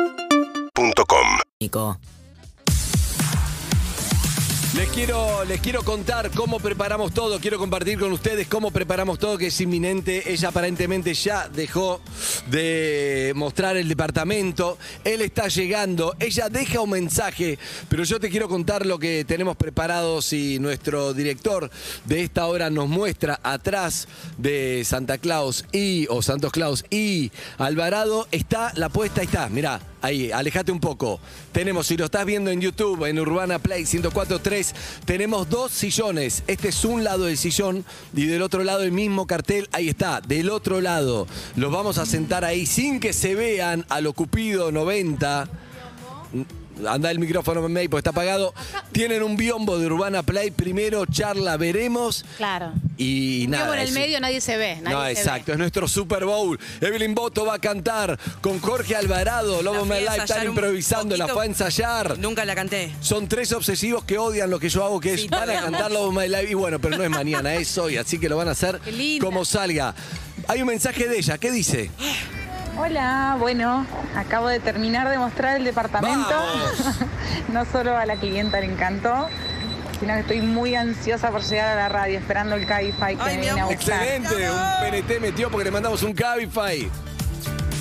UrbanaPlayFM.com Nico. Les quiero, les quiero contar cómo preparamos todo, quiero compartir con ustedes cómo preparamos todo, que es inminente. Ella aparentemente ya dejó de mostrar el departamento, él está llegando, ella deja un mensaje, pero yo te quiero contar lo que tenemos preparado si nuestro director de esta hora nos muestra atrás de Santa Claus y, o Santos Claus y Alvarado, está la puesta, ahí está, mirá. Ahí, alejate un poco. Tenemos, si lo estás viendo en YouTube, en Urbana Play 1043, tenemos dos sillones. Este es un lado del sillón y del otro lado el mismo cartel. Ahí está, del otro lado. Los vamos a sentar ahí sin que se vean a lo Cupido 90. Anda el micrófono, May, porque está apagado. Tienen un biombo de Urbana Play. Primero charla, veremos. Claro. Y nada. Luego en el es- medio nadie se ve. Nadie no, se exacto, es nuestro Super Bowl. Evelyn Boto va a cantar con Jorge Alvarado, Lobo fui My a Life, ensayar están un improvisando, la poquito. fue a ensayar. Nunca la canté. Son tres obsesivos que odian lo que yo hago, que es Sí, van a todos. cantar Love of My Life. Y bueno, pero no es mañana, es hoy, así que lo van a hacer Qué linda. como salga. Hay un mensaje de ella, ¿qué dice? Hola, bueno, acabo de terminar de mostrar el departamento. ¡Vamos! no solo a la clienta le encantó, sino que estoy muy ansiosa por llegar a la radio, esperando el Cabify que me Ay, mi viene a amor. buscar. Excelente, un PNT metió porque le mandamos un Cabify.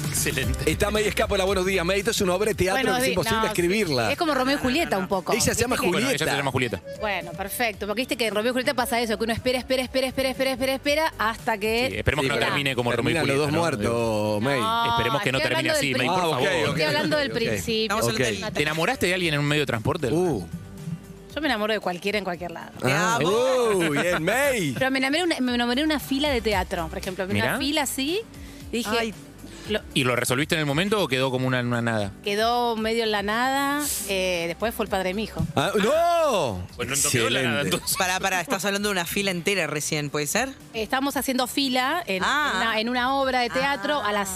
Excelente. Está May Escapola, buenos días, May. Esto es una obra de ve. teatro Bueno, que es di- imposible no, escribirla. sí. Es como Romeo y Julieta un poco. Ella se llama Viste que- Bueno, ella se Julieta. llama Julieta. Bueno, perfecto. Porque viste que en Romeo y Julieta pasa eso, que uno espera, espera, espera, espera, espera, espera, espera, hasta Sí, que... esperemos Sí, que no pero- termine como Romeo y Terminan Julieta. los dos ¿no? muertos, May. Esperemos que no estoy termine hablando así, del May, por Ah, ok, favor. ok. Estoy hablando del ok. principio. Estamos hablando Ok. del- ¿Te enamoraste de alguien en un medio de transporte? Uh. Yo me enamoro de cualquiera en cualquier lado. Te amo. Uh, bien, May. Pero me enamoré, una, me enamoré de una fila de teatro, por ejemplo. En Mirá. Una fila así, dije, Ay. lo- ¿Y lo resolviste en el momento o quedó como una, una nada? quedó medio en la nada. eh, después fue el padre de mi hijo. Ah, ¡No! Bueno, no quedó la nada, Excelente. entonces. Pará, pará, estás hablando de una fila entera recién, ¿puede ser? Estábamos haciendo fila en, Ah. una, en una obra de teatro Ah. a las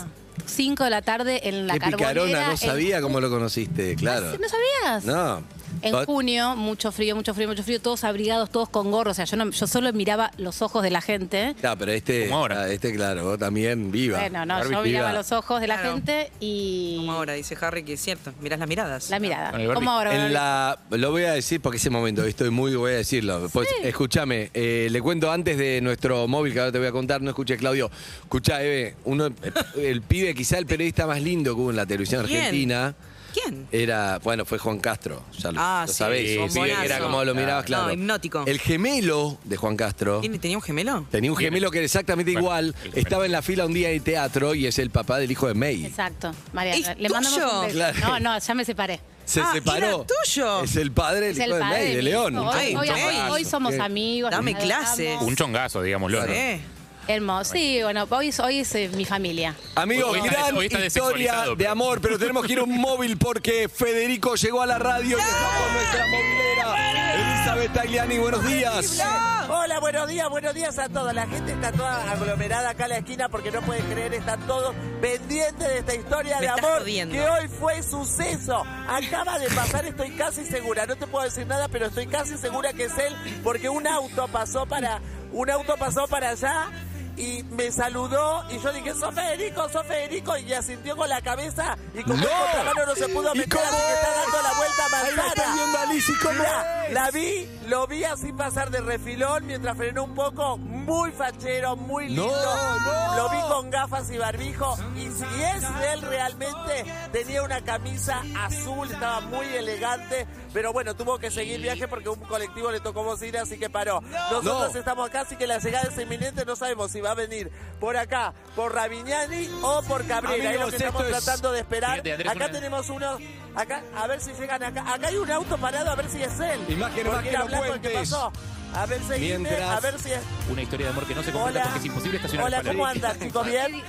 5 de la tarde en la Qué picarona, Carbonera, no en- sabía cómo lo conociste, claro. ¿No sabías? No. En Tot- junio, mucho frío, mucho frío, mucho frío, todos abrigados, todos con gorro. O sea, yo, no, yo solo miraba los ojos de la gente. Claro, pero este, Como ahora. ah, este claro, vos también viva. Bueno, no, Barbie yo miraba viva. los ojos de la Claro. gente y Como ahora dice Harry que es cierto. Mirás las miradas. la mirada. Con el Barbie. ¿Cómo ahora? En Barbie? la, lo voy a decir porque ese momento, estoy muy, voy a decirlo. Pues, Escúchame, eh, le cuento antes de nuestro móvil que ahora te voy a contar, no escuché Claudio. Escuchá, Eve, uno, eh, el pibe, quizá el periodista más lindo que hubo en la televisión ¿Quién? argentina. ¿Quién? Era, bueno, fue Juan Castro, ya lo, Ah, lo sí, sabés. sí, un pibe que era bombonazo. como lo mirabas, No, claro. hipnótico. El gemelo de Juan Castro. ¿Tiene- ¿Tenía un gemelo? Tenía un gemelo que era exactamente Bueno, igual. el gemelo. Estaba en la fila un día de teatro y es el papá del hijo de May. Ah, Exacto, Mariana. ¿Es Le mandamos tuyo? un beso. Claro. No, no, ya me separé. Se Ah, separó. era tuyo. Es el padre del Es hijo el de padre May, de de mi León. hijo. Un Hoy, Ay, hoy- chongazo. hoy somos Qué- amigos. Dame nos clases. adoramos. Un chongazo, digámoslo. ¿no? ¿Eh? Hermoso. Sí, bueno, hoy es, hoy es eh, mi familia. Amigos, Hoy está- gran hoy está historia desexualizado, de pero- amor, pero tenemos que ir a un móvil porque Federico llegó a la radio y está con nuestra montera. Elizabeth Tagliani, buenos días. Hola, buenos días, buenos días a todos. La gente está toda aglomerada acá en la esquina porque no pueden creer, están todos pendientes de esta historia Me de estás amor jodiendo. que hoy fue suceso. Acaba de pasar, estoy casi segura, no te puedo decir nada, pero estoy casi segura que es él porque un auto pasó para un auto pasó para allá. Y me saludó y yo dije, sos Federico, sos Federico, y asintió con la cabeza y con ¡No! la mano no se pudo ¿Y meter, cómo así que está es? dando la vuelta a Ahí la estoy manzana. viendo a Liz, ¿y cómo Mira, es? la vi, lo vi así pasar de refilón mientras frenó un poco, muy fachero, muy lindo. No, no. Lo vi con gafas y barbijo. Y si es él realmente, tenía una camisa azul, estaba muy elegante. Pero bueno, tuvo que seguir viaje porque un colectivo le tocó bocina, así que paró. Nosotros No. estamos acá, así que la llegada es inminente. No sabemos si va a venir por acá, por Ravignani o por Cabrera. es lo Amigos, que estamos esto es- tratando de esperar. Fíjate, Andrés, Acá una- tenemos unos. Acá, a ver si llegan acá. Acá hay un auto parado, a ver si es él. Imagen Porque más que era blanco el elocuentes. pasó. A ver, seguime, Mientras- a ver si es... Una historia de amor que no se completa Hola, porque es imposible estacionar hola para- ¿cómo andan, chicos? ¿Bien?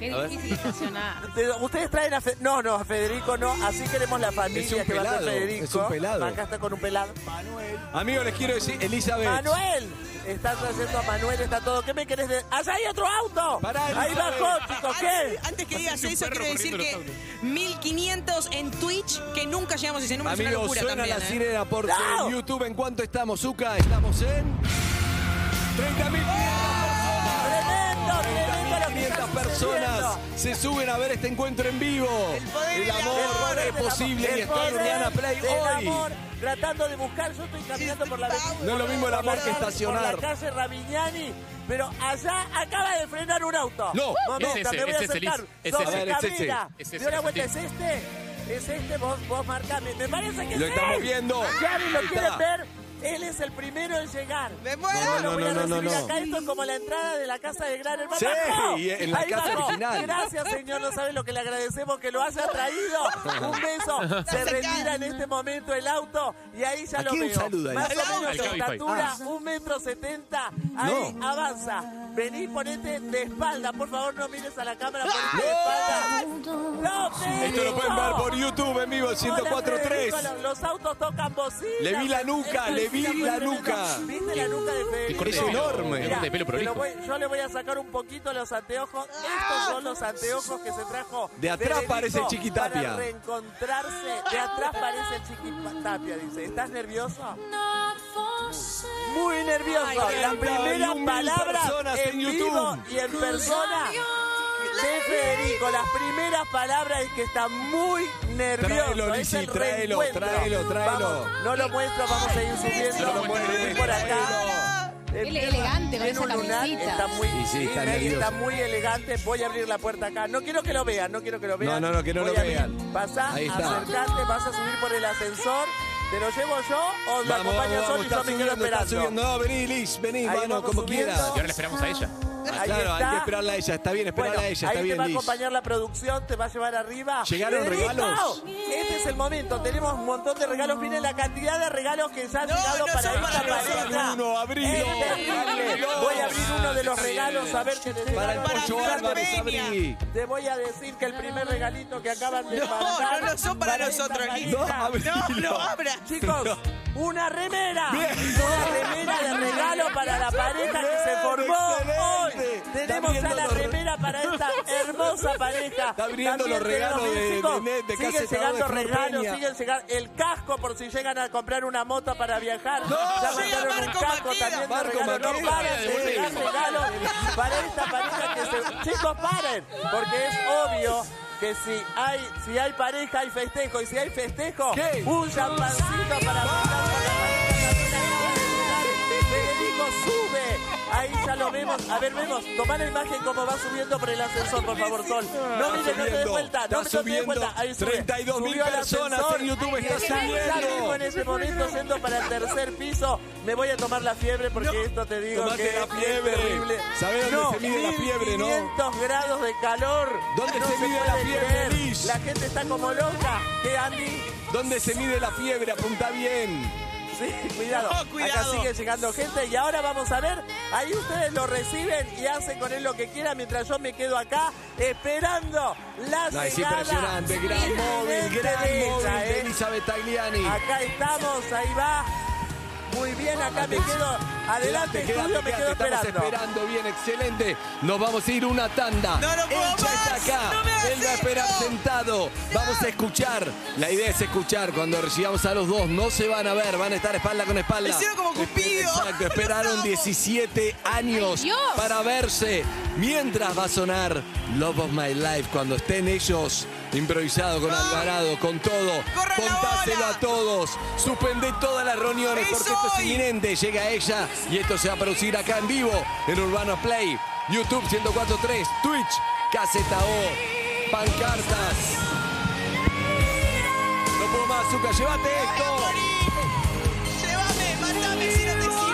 Qué difícil estacionar. Te- Ustedes traen a Fe- No, no, a Federico no. Así queremos la familia Es un que va a pelado, ser Federico. es un pelado. Acá está con un pelado. Amigos, les quiero decir, Elizabeth. ¡Manuel! Está trayendo a Manuel, está todo. ¿Qué me querés decir? ¡Allá hay otro auto! Pará, ¡Ahí Elizabeth. bajó, chicos! ¿Qué? Antes, antes que digas Parece un eso, perro quiero decir que corriendo 1500 en Twitch, que nunca llegamos a ese número, es una Amigos, locura suena también. la ¿eh? sirena porque ¡No! en YouTube, ¿en cuánto estamos, Zuka? Estamos en... 30.000 ¡Tremendo, tremendo lo que 500 está personas se suben a ver este encuentro en vivo. El poder del amor poder es del amor. posible El y está en poder Urbana Play del hoy. amor, tratando de buscar, yo estoy caminando por la No es lo mismo el amor por que la- estacionar. Por la calle Ravignani, pero allá acaba de frenar un auto. No, Mamita, es ese, me voy ese a es el sentar. is- es Doce ese. A ver, es ese. cabina. Es ese, De una es vuelta, ¿es ese. este? ¿Es este? Vos, vos marcame. Me parece que Lo sí. estamos viendo. Gaby, ¿lo Ahí quieren está. ver? Él es el primero en llegar. ¡Me muero! Yo lo No, voy a no, no, no, recibir no. acá. Esto es como la entrada de la casa de Gran Hermano. Sí, ¡No! y en la Ahí casa bajó. original. Gracias, señor. No sabe lo que le agradecemos que lo haya traído. Un beso. Se retira en este momento el auto y ahí ya ¿A lo quién veo. saluda ahí? Más Al o menos auto. de estatura, Ah. un metro setenta. Ahí No. avanza. Vení, ponete de espalda. Por favor, no mires a la cámara. Ponete de ¡Ah! espalda. ¡No, Federico! Esto lo pueden ver por YouTube en vivo, Hola, Federico, 104.3. los- Los autos tocan bocina. Le vi la nuca, Esto le es vi una la cosa nuca. tremenda. ¿Viste la nuca de Federico? corte de pelo, enorme. Mirá, el corte de pelo te lo prolijo. voy- yo le voy a sacar un poquito los anteojos. Estos son los anteojos que se trajo. De atrás Federico parece Chiquitapia. Para reencontrarse. De atrás parece Chiquitapia, dice. ¿Estás nervioso? Muy nervioso. Ay, la primera 31.000 palabra personas en, en vivo YouTube. y en persona de Federico. Las primeras palabras es que está muy nervioso. Tráelo, Es el Lizzy, tráelo, reencuentro. tráelo, tráelo. Vamos, no lo muestro, vamos a ir subiendo. No lo muestres, Voy por acá. tráelo. Él es elegante con Tiene esa un eh, lunar, camisita. Está muy, Y sí, está firme y nervioso. está muy elegante. Voy a abrir la puerta acá. No quiero que lo vean, no quiero que lo vean. No, no, no, que no Voy lo a abrir. vean. Pasá, Ahí está. acercate, vas a subir por el ascensor. ¿Te lo llevo yo o lo Vamos, vamos, acompañas vamos, solo y yo está me quedo subiendo, está esperando? subiendo. No, vení, Liz, vení, Ahí vamos, vamos como subiendo. quieras. Ah, Y ahora la esperamos a ella. Ahí Claro, hay está. que esperarla a ella, está bien, esperarla Bueno, a ella, ahí está bien, te va Liz. a acompañar la producción, te va a llevar arriba. ¿Llegaron Federico, regalos? Este es el momento, tenemos un montón de regalos. Miren la cantidad de regalos que ya han No, llegado no para este son esta para pareja. nosotros. Uno, abrilo. Es terrible. Abrilo. eh, Voy a abrir uno de los Está bien. regalos a ver qué les Para el regalaron. Pocho Para Álvarez, Armenia. abrí. Te voy a decir que el primer regalito que acaban de No, mandar no, no son para esta nosotros, Gil. No, pareja. abrilo. No, no abra. Chicos, No. una remera. Bien. Una remera de regalo para la pareja que se formó Excelente. hoy. Tenemos Está ya la abriendo los- remera para esta hermosa pareja. Está abriendo También los regalos tenemos, de- chicos, de Net, de Siguen Casa llegando Estado de Flor regalos, Peña. siguen llegando. El casco por si llegan a comprar una moto para viajar. Ya Llega mandaron un Marco casco Maqueda. también de Marco regalo. No Maqueda. paren de llegar regalos para esta pareja que se. Chicos, paren, porque es obvio. Que si hay, si hay pareja, hay festejo. Y si hay festejo, ¿Qué? un champancito para brindar con la pareja. Federico sube. Ahí ya lo vemos. A ver, vemos. Tomá la imagen como va subiendo por el ascensor, por favor, Sol. No mires, no te des subiendo, vuelta. No, está no te des vuelta. subiendo. Ahí sube. 32.000 Subió al personas ascensor. en YouTube, Ay, que está me subiendo. Ya mismo en ese momento yendo para el tercer piso. Me voy a tomar la fiebre porque esto te digo Tomate que es la fiebre. terrible. ¿Sabés dónde se mide la fiebre, no? 500 grados de calor. ¿Dónde No se mide puede la fiebre, creer. Liz? La gente está como loca. ¿Qué, Andy? ¿Dónde se mide la fiebre? Apunta bien. Sí, cuidado. No, cuidado. Acá sigue llegando gente y ahora vamos a ver. Ahí ustedes lo reciben y hacen con él lo que quieran mientras yo me quedo acá esperando la No, llegada. es impresionante. Gran inminente móvil, gran de ella, móvil de ¿eh? Elizabeth Tagliani. Acá estamos, ahí va. Muy bien, acá me quedo. Adelante, Quédate, quédate, estudio, me quedo quédate, estamos esperando. esperando, bien, excelente. Nos vamos a ir una tanda. No, no Él puedo ya está más, acá. no me hagas Él va a esperar esto. sentado. Vamos a escuchar. La idea es escuchar. Cuando recibamos a los dos, no se van a ver, van a estar espalda con espalda. Hicieron como Cupido. Exacto, Los esperaron amo. 17 años ¡Ay, Dios! para verse. Mientras va a sonar Love of My Life, cuando estén ellos improvisado con Alvarado, con todo. Corran Ah. la Contáselo bola. a todos. Suspendé todas las reuniones Es porque esto es hoy. inminente. Llega ella y esto se va a producir acá en vivo en Urbano Play, YouTube 1043, Twitch, Caseta O, pancartas. No puedo más, Zuka, llévate esto. Llévame, mandame si no te sirvo.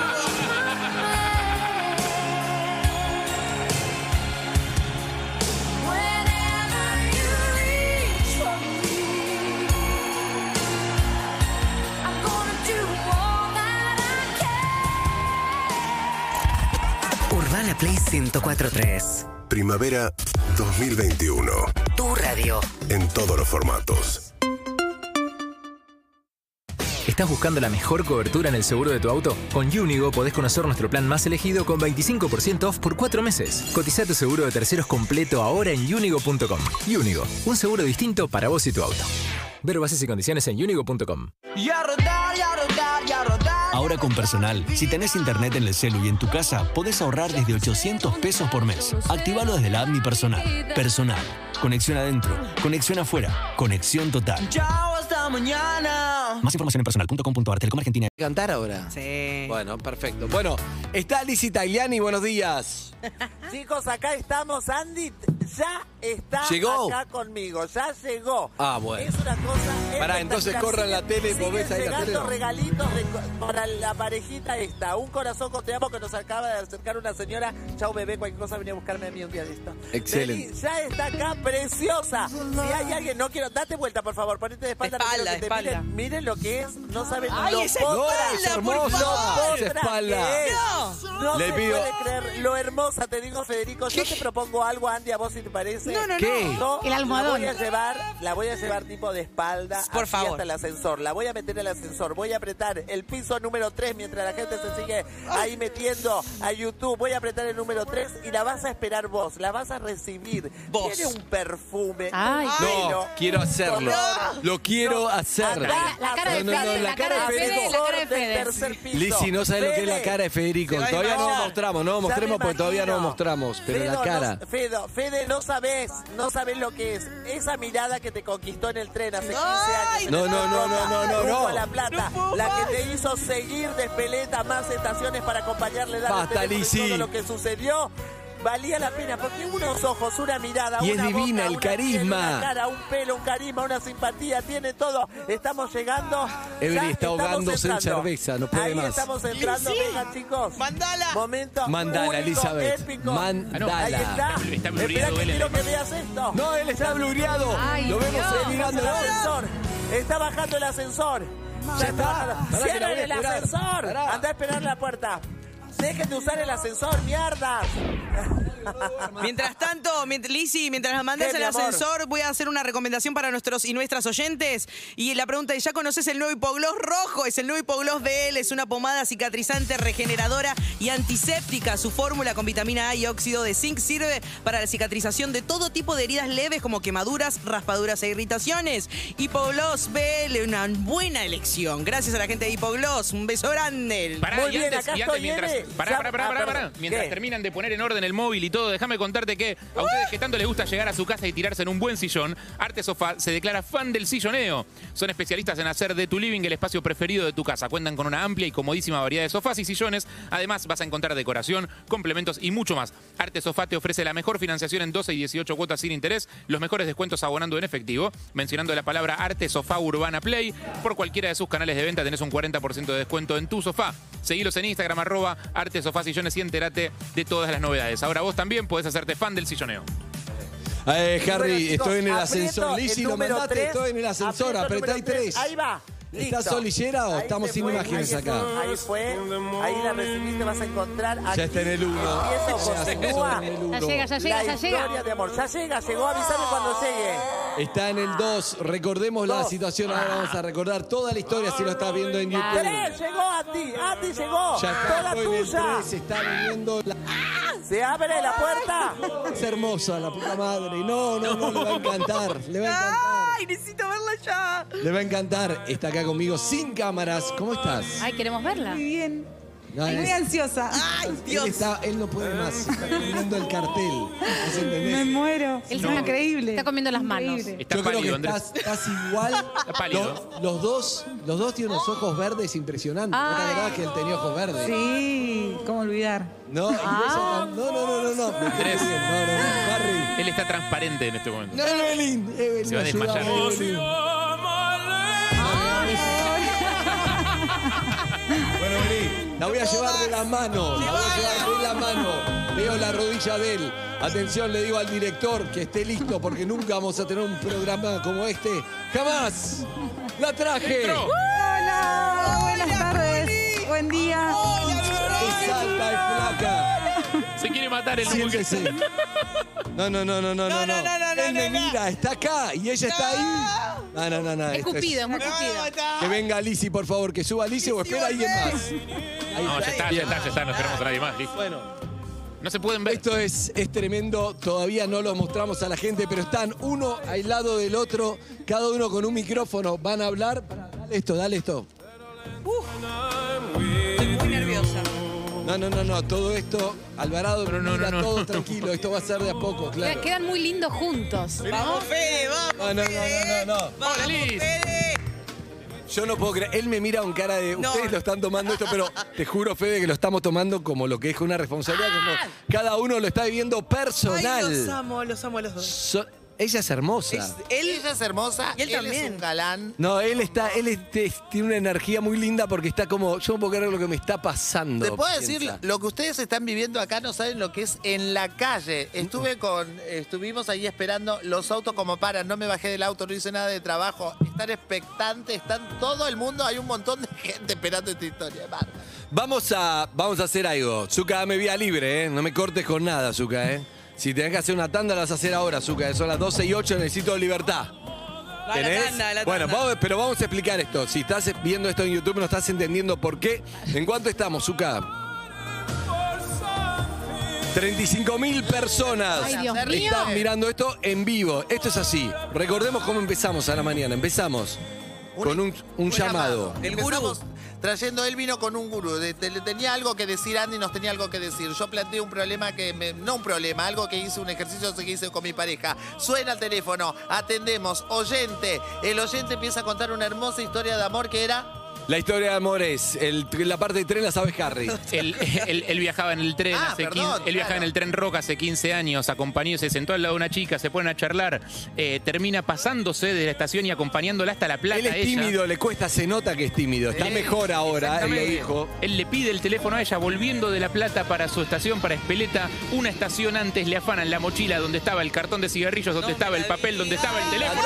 Urbana Play 1043. Primavera 2021. Tu radio. En todos los formatos. ¿Estás buscando la mejor cobertura en el seguro de tu auto? Con Unigo podés conocer nuestro plan más elegido con 25% off por 4 meses. Cotiza tu seguro de terceros completo ahora en unigo.com. Unigo, un seguro distinto para vos y tu auto. Ver bases y condiciones en unigo.com. Y a rodar, y a rodar, y a rodar. Ahora con personal, si tenés internet en el celu y en tu casa, podés ahorrar desde 800 pesos por mes. Activalo desde la app Mi Personal. Personal. Conexión adentro, conexión afuera, conexión total. Chao, hasta mañana. Más información en personal.com.ar. Telecom Argentina. ¿Cantar ahora? Sí. Bueno, perfecto. Bueno, está Liz Italiani, buenos días. Chicos, acá estamos. Andy ya está ¿Llegó? acá conmigo. Ya llegó. Ah, bueno. Es una cosa. Pará, entonces espectacular. corran la tele, Siguen volvés ahí a la llegando tele. regalitos reco- para la parejita esta. Un corazón con te amo que nos acaba de acercar una señora. Chau, bebé. Cualquier cosa venía a buscarme a mí un día de esto. Excelente. Vení, ya está acá, preciosa. Si hay alguien, no quiero. Date vuelta, por favor. Ponete de espalda. no quiero Espalda, que te espalda. Miren, Miren lo que es. No saben Ay, lo esa potra- espalda, lo por potra favor. que Esa espalda. es. No Le se pido- puede creer lo hermosa, te digo Federico, yo te propongo algo, Andy, a vos si te parece. No, no, no. ¿Qué? Yo El almohadón. La voy a llevar, la voy a llevar tipo de espalda Por así favor. hasta el ascensor. La voy a meter al ascensor, voy a apretar el piso número 3 mientras la gente se sigue ahí metiendo a YouTube. Voy a apretar el número 3 y la vas a esperar vos, la vas a recibir. Vos. Tiene un perfume. Ay. un No, pelo, quiero un hacerlo. color. Lo quiero hacer. Andá La- la cara a de hacerlo. Fede, la cara de Fede, la cara de del Fede. tercer piso. Lizzy, no sabe lo que es la Fede. cara de Federico. Se va a Todavía no lo desmayar. mostramos, no lo Ya me mostramos porque todavía no lo imagino. mostramos, pero la Fedo, cara. No, Fedo, Fede, no sabes, no sabes lo que es. Esa mirada que te conquistó en el tren hace 15 años. No, no, no, no, no, no, Rumbo no. a La Plata, la que te hizo seguir de peleta más estaciones para acompañarle dar Basta, Lizzy. todo lo que sucedió. Valía la pena, porque unos ojos, una mirada, Y es una boca, divina, el una piel, carisma. una cara, un pelo, un carisma, una simpatía, tiene todo. Estamos llegando. Evelyn ya está estamos ahogándose en entrando. cerveza, no puede Ahí más. estamos entrando, Lizzy. venga, chicos. Mandala. Momento Mandala, único, Elizabeth. épico. Mandala. Ahí está. Está blurreado Espera que él en quiero la que veas esto. No, él está blureado. Ay, Lo vemos Dios. ahí Está mirando. bajando el ascensor. Está bajando el ascensor. Ya está. Pará que la voy a Cierren el esperar. ascensor. Pará. Anda a esperar la puerta. Dejen de usar el ascensor, mierdas. Mientras tanto, mient- Lizzy, mientras nos mandas ¿Qué, el mi amor? ascensor, voy a hacer una recomendación para nuestros y nuestras oyentes. Y la pregunta es, ¿ya conoces el nuevo hipoglós rojo? Es el nuevo hipoglós BL, es una pomada cicatrizante, regeneradora y antiséptica. Su fórmula con vitamina A y óxido de zinc sirve para la cicatrización de todo tipo de heridas leves como quemaduras, raspaduras e irritaciones. Hipoglós BL, una buena elección. Gracias a la gente de Hipoglós. Un beso grande. Pará, Muy y bien, antes, acá y antes estoy, mientras, Eve. pará, Ya- pará, pará, ah, pará, perdón. pará. Mientras ¿Qué? Uh. terminan de poner en orden el móvil y todo, déjame contarte que a ustedes que tanto les gusta llegar a su casa y tirarse en un buen sillón, Arte Sofá se declara fan del silloneo. Son especialistas en hacer de tu living el espacio preferido de tu casa. Cuentan con una amplia y comodísima variedad de sofás y sillones. Además, vas a encontrar decoración, complementos y mucho más. Arte Sofá te ofrece la mejor financiación en 12 y 18 cuotas sin interés, los mejores descuentos abonando en efectivo, mencionando la palabra Arte Sofá Urbana Play. Por cualquiera de sus canales de venta tenés un 40% de descuento en tu sofá. Seguilos en Instagram, arroba Arte Sofá Sillones y entérate de todas las novedades. Ahora vos también podés hacerte fan del silloneo. Eh, Harry, Bueno, chicos, estoy en el aprieto ascensor. el Lizzy, lo número mandaste. tres, estoy en el aprieto ascensor. el Apretá y número tres. tres. Ahí va. ¿Está Listo. sol y Gerard o Ahí estamos se sin fue, imágenes ahí acá? fue, Ahí fue, ahí la recibiste, vas a encontrar. Ya está en el uno. Ya está en el uno. Ya llega, ya llega, ya La llega. historia de amor. Ya llega, llegó, avísame cuando llegue. Está en el 2. Recordemos la Dos. situación. Ahora vamos a recordar toda la historia si lo estás viendo en YouTube. Tres, llegó a ti, a ti llegó. Ya está, Toda estoy en el tuya. ¡Ah! 3. Está viniendo la. Se abre la puerta. Es hermosa, la puta madre. No, no, no, le va a encantar. Le va a encantar. Ay, necesito verla ya. Le va a encantar. Está acá conmigo sin cámaras. ¿Cómo estás? Ay, queremos verla. Bien. Dale. ansiosa. Ay, Él Dios. está- él no puede más. Está comiendo el cartel. ¿Vos entendés? muero. Él está- increíble. está comiendo las manos. Increíble. Está Yo creo que pálido, Andrés. estás, estás igual. pálido. Los, los dos, los dos tienen unos ojos verdes impresionantes. ¿No te acordás que él tenía ojos verdes? Sí, cómo olvidar. Ah. No, y ella tam- no, no, no, no, no. Me quedé Andrés. bien. No, no, no. Harry. Él está transparente en este momento. Evelyn, Evelyn, Se va a ayúdame, desmayar. Evelyn. Bueno, vení, la voy a llevar de la mano, la voy a llevar de la mano. Veo la rodilla de él. Atención, le digo al director que esté listo porque nunca vamos a tener un programa como este. ¡Jamás! ¡La traje! Entró. Hola, buenas tardes. Buen día. Es alta, es flaca. Se quiere matar el mujer. Siéntese. No, no, no, no, no, no. no, no, no, Él me no, no. mira, está acá y ella está ahí. No, no, no, no. Es esto es- Cupido, es muy Cupido. Que venga Lizzy, por favor, que suba Lizzy o espera a alguien más. Ahí No, ya está, ya Bien. está, ya está. No esperamos a nadie más. listo. Bueno, No se pueden ver. esto es, es tremendo. Todavía no lo mostramos a la gente, pero están uno al lado del otro, cada uno con un micrófono. Van a hablar. Pará, Dale esto, dale esto. No, no, no, no. Todo esto, Alvarado, no, no, no, no. todo tranquilo. Esto va a ser de a poco, claro. Quedan muy lindos juntos. Vamos, Fede, No, vamos. no, no, no, no, no. Vamos, Fede. Yo no puedo creer. Él me mira con cara de. No. Ustedes lo están tomando esto, pero te juro, Fede, que lo estamos tomando como lo que es una responsabilidad. Como cada uno lo está viviendo personal. Ay, los amo, los amo a los dos. So- ella es hermosa. Él, Ella es hermosa, Y él él, también. es un galán. No, él está, él es- es- tiene una energía muy linda porque está como, yo no puedo creer lo que me está pasando. Te puedo decir, piensa. lo que ustedes están viviendo acá no saben lo que es en la calle. Estuve con, estuvimos ahí esperando los autos como paran, no me bajé del auto, no hice nada de trabajo. Están expectantes, están todo el mundo, hay un montón de gente esperando esta historia. bárbaro. Vamos a, vamos a hacer algo. Zuka, dame vía libre, ¿eh? No me cortes con nada, Zuka, ¿eh? Si tenés que hacer una tanda, la vas a hacer ahora, Zuka. Son las 12 y 8, necesito libertad. Va la ¿Tenés? tanda, la bueno, tanda. vamos- pero vamos a explicar esto. Si estás viendo esto en YouTube, no estás entendiendo por qué. ¿En cuánto estamos, Zuka? 35 mil personas Ay, Dios mío. están mirando esto en vivo. Esto es así. Recordemos cómo empezamos a la mañana. Empezamos con un, un llamado. El Empezamos Trayendo, él vino con un gurú. De- te- le tenía algo que decir Andy, nos tenía algo que decir. Yo planteé un problema que, me- no un problema, algo que hice, un ejercicio que hice con mi pareja. Suena el teléfono, atendemos, oyente. El oyente empieza a contar una hermosa historia de amor que era. La historia de amor es, el- la parte de tren la sabes Harry. Él, él- él viajaba en el tren Ah, hace perdón, 15, él viajaba claro. en el tren Roca hace 15 años, acompañó, se sentó al lado de una chica, se ponen a charlar, eh, termina pasándose de la estación y acompañándola hasta la plata. Él es ella. tímido, le cuesta, se nota que es tímido. Está Eh, mejor ahora, él lo Exactamente. dijo. Él le pide el teléfono a ella, volviendo de La Plata para su estación, para Espeleta. Una estación antes le afanan la mochila donde estaba el cartón de cigarrillos, donde estaba el papel, donde estaba el teléfono.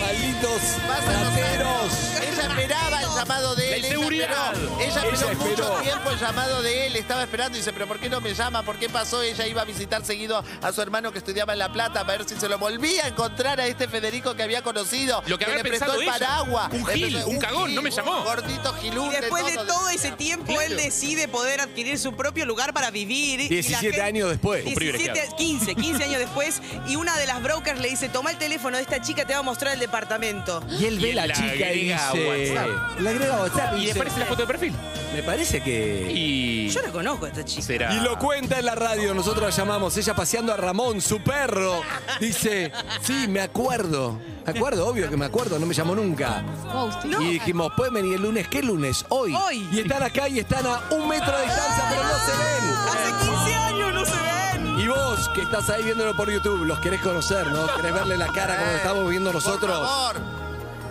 Malditos Pasa los rateros. Ella esperaba el llamado de La él. inseguridad. Ella esperó, ella Ella esperó esperó. mucho tiempo el llamado de él. Estaba esperando y dice, pero ¿por qué no me llama? ¿Por qué pasó? Ella iba a visitar seguido a su hermano que estudiaba en La Plata para ver si se lo volvía a encontrar a este Federico que había conocido. Lo que había le prestó pensado el ella. paraguas. Un Le gil, prestó- un cagón, no me llamó. un Gordito Y gilún. después de todo ese tiempo, él Claro. decide poder adquirir su propio lugar para vivir. y la 17 gente- años después. Un privilegiado. 17, 15, 15 años después. Y una de las brokers le dice, toma el teléfono de esta chica, te va a mostrar el departamento. Y él ve Y la la chica y agrega dice... a La agrega a WhatsApp Y le dice, aparece la foto de perfil. Me parece que... Ah. Y. Yo la conozco a esta chica. Será. Y lo cuenta en la radio, nosotros la llamamos, ella paseando a Ramón, su perro. Dice, sí, me acuerdo. Me acuerdo, obvio que me acuerdo, no me llamó nunca. Ghosting. Y dijimos, pueden venir el lunes, ¿qué lunes? Hoy. Hoy. Y están acá y están a un metro de distancia, pero no se ven. Hace 15 años no se ven. Y vos, que estás ahí viéndolo por YouTube, los querés conocer, ¿no? Querés verle la cara como lo estamos viendo Por nosotros. favor.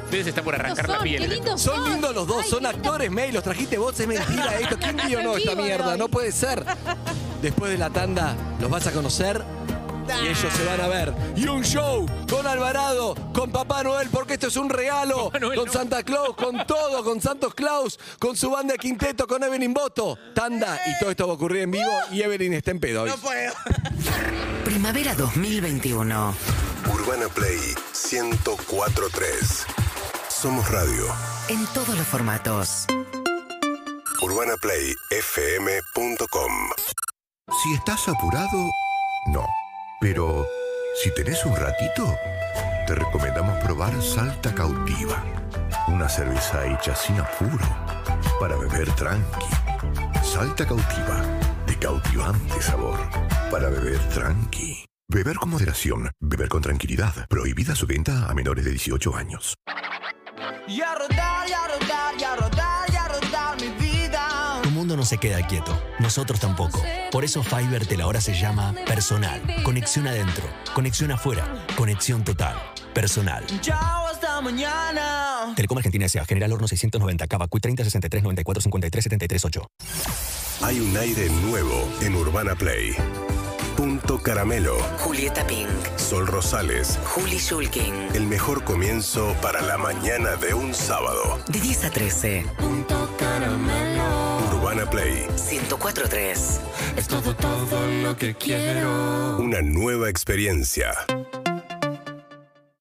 Ustedes está por Lindos arrancar la son, piel. qué lindos Son son. lindos los dos, Ay, son qué actores, May, los trajiste vos, es mentira esto. ¿Quién vio no esta Vivo de mierda? hoy. No puede ser. Después de la tanda, los vas a conocer y ellos se van a ver. Y un show con Alvarado, con Papá Noel, porque esto es un regalo. Noel, Con no. Santa Claus, con todo, con Santos Claus, con su banda de quinteto, con Evelyn Boto. Tanda, y todo esto va a ocurrir en vivo y Evelyn está en pedo. No puedo. Primavera 2021. Urbana Play 1043. Somos radio. En todos los formatos. UrbanaPlayFM.com. Si estás apurado, no. Pero si tenés un ratito, te recomendamos probar Salta Cautiva. Una cerveza hecha sin apuro para beber tranqui. Salta Cautiva, de cautivante sabor para beber tranqui. Beber con moderación, beber con tranquilidad. Prohibida su venta a menores de 18 años. Y a rodar, y a rodar, y a rodar, y a rodar mi vida. Tu mundo no se queda quieto, nosotros tampoco. Por eso Fiverr te la hora se llama personal. Conexión adentro, conexión afuera, conexión total. Personal. Chao, hasta mañana. Telecom Argentina S.A. General Horno 690, Cavacuy 30 63 94 53 73 8. Hay un aire nuevo en Urbana Play. Punto Caramelo. Julieta Pink. Sol Rosales. Juli Shulkin. El mejor comienzo para la mañana de un sábado. De 10 a 13. Urbana Play. 1043. Una nueva experiencia.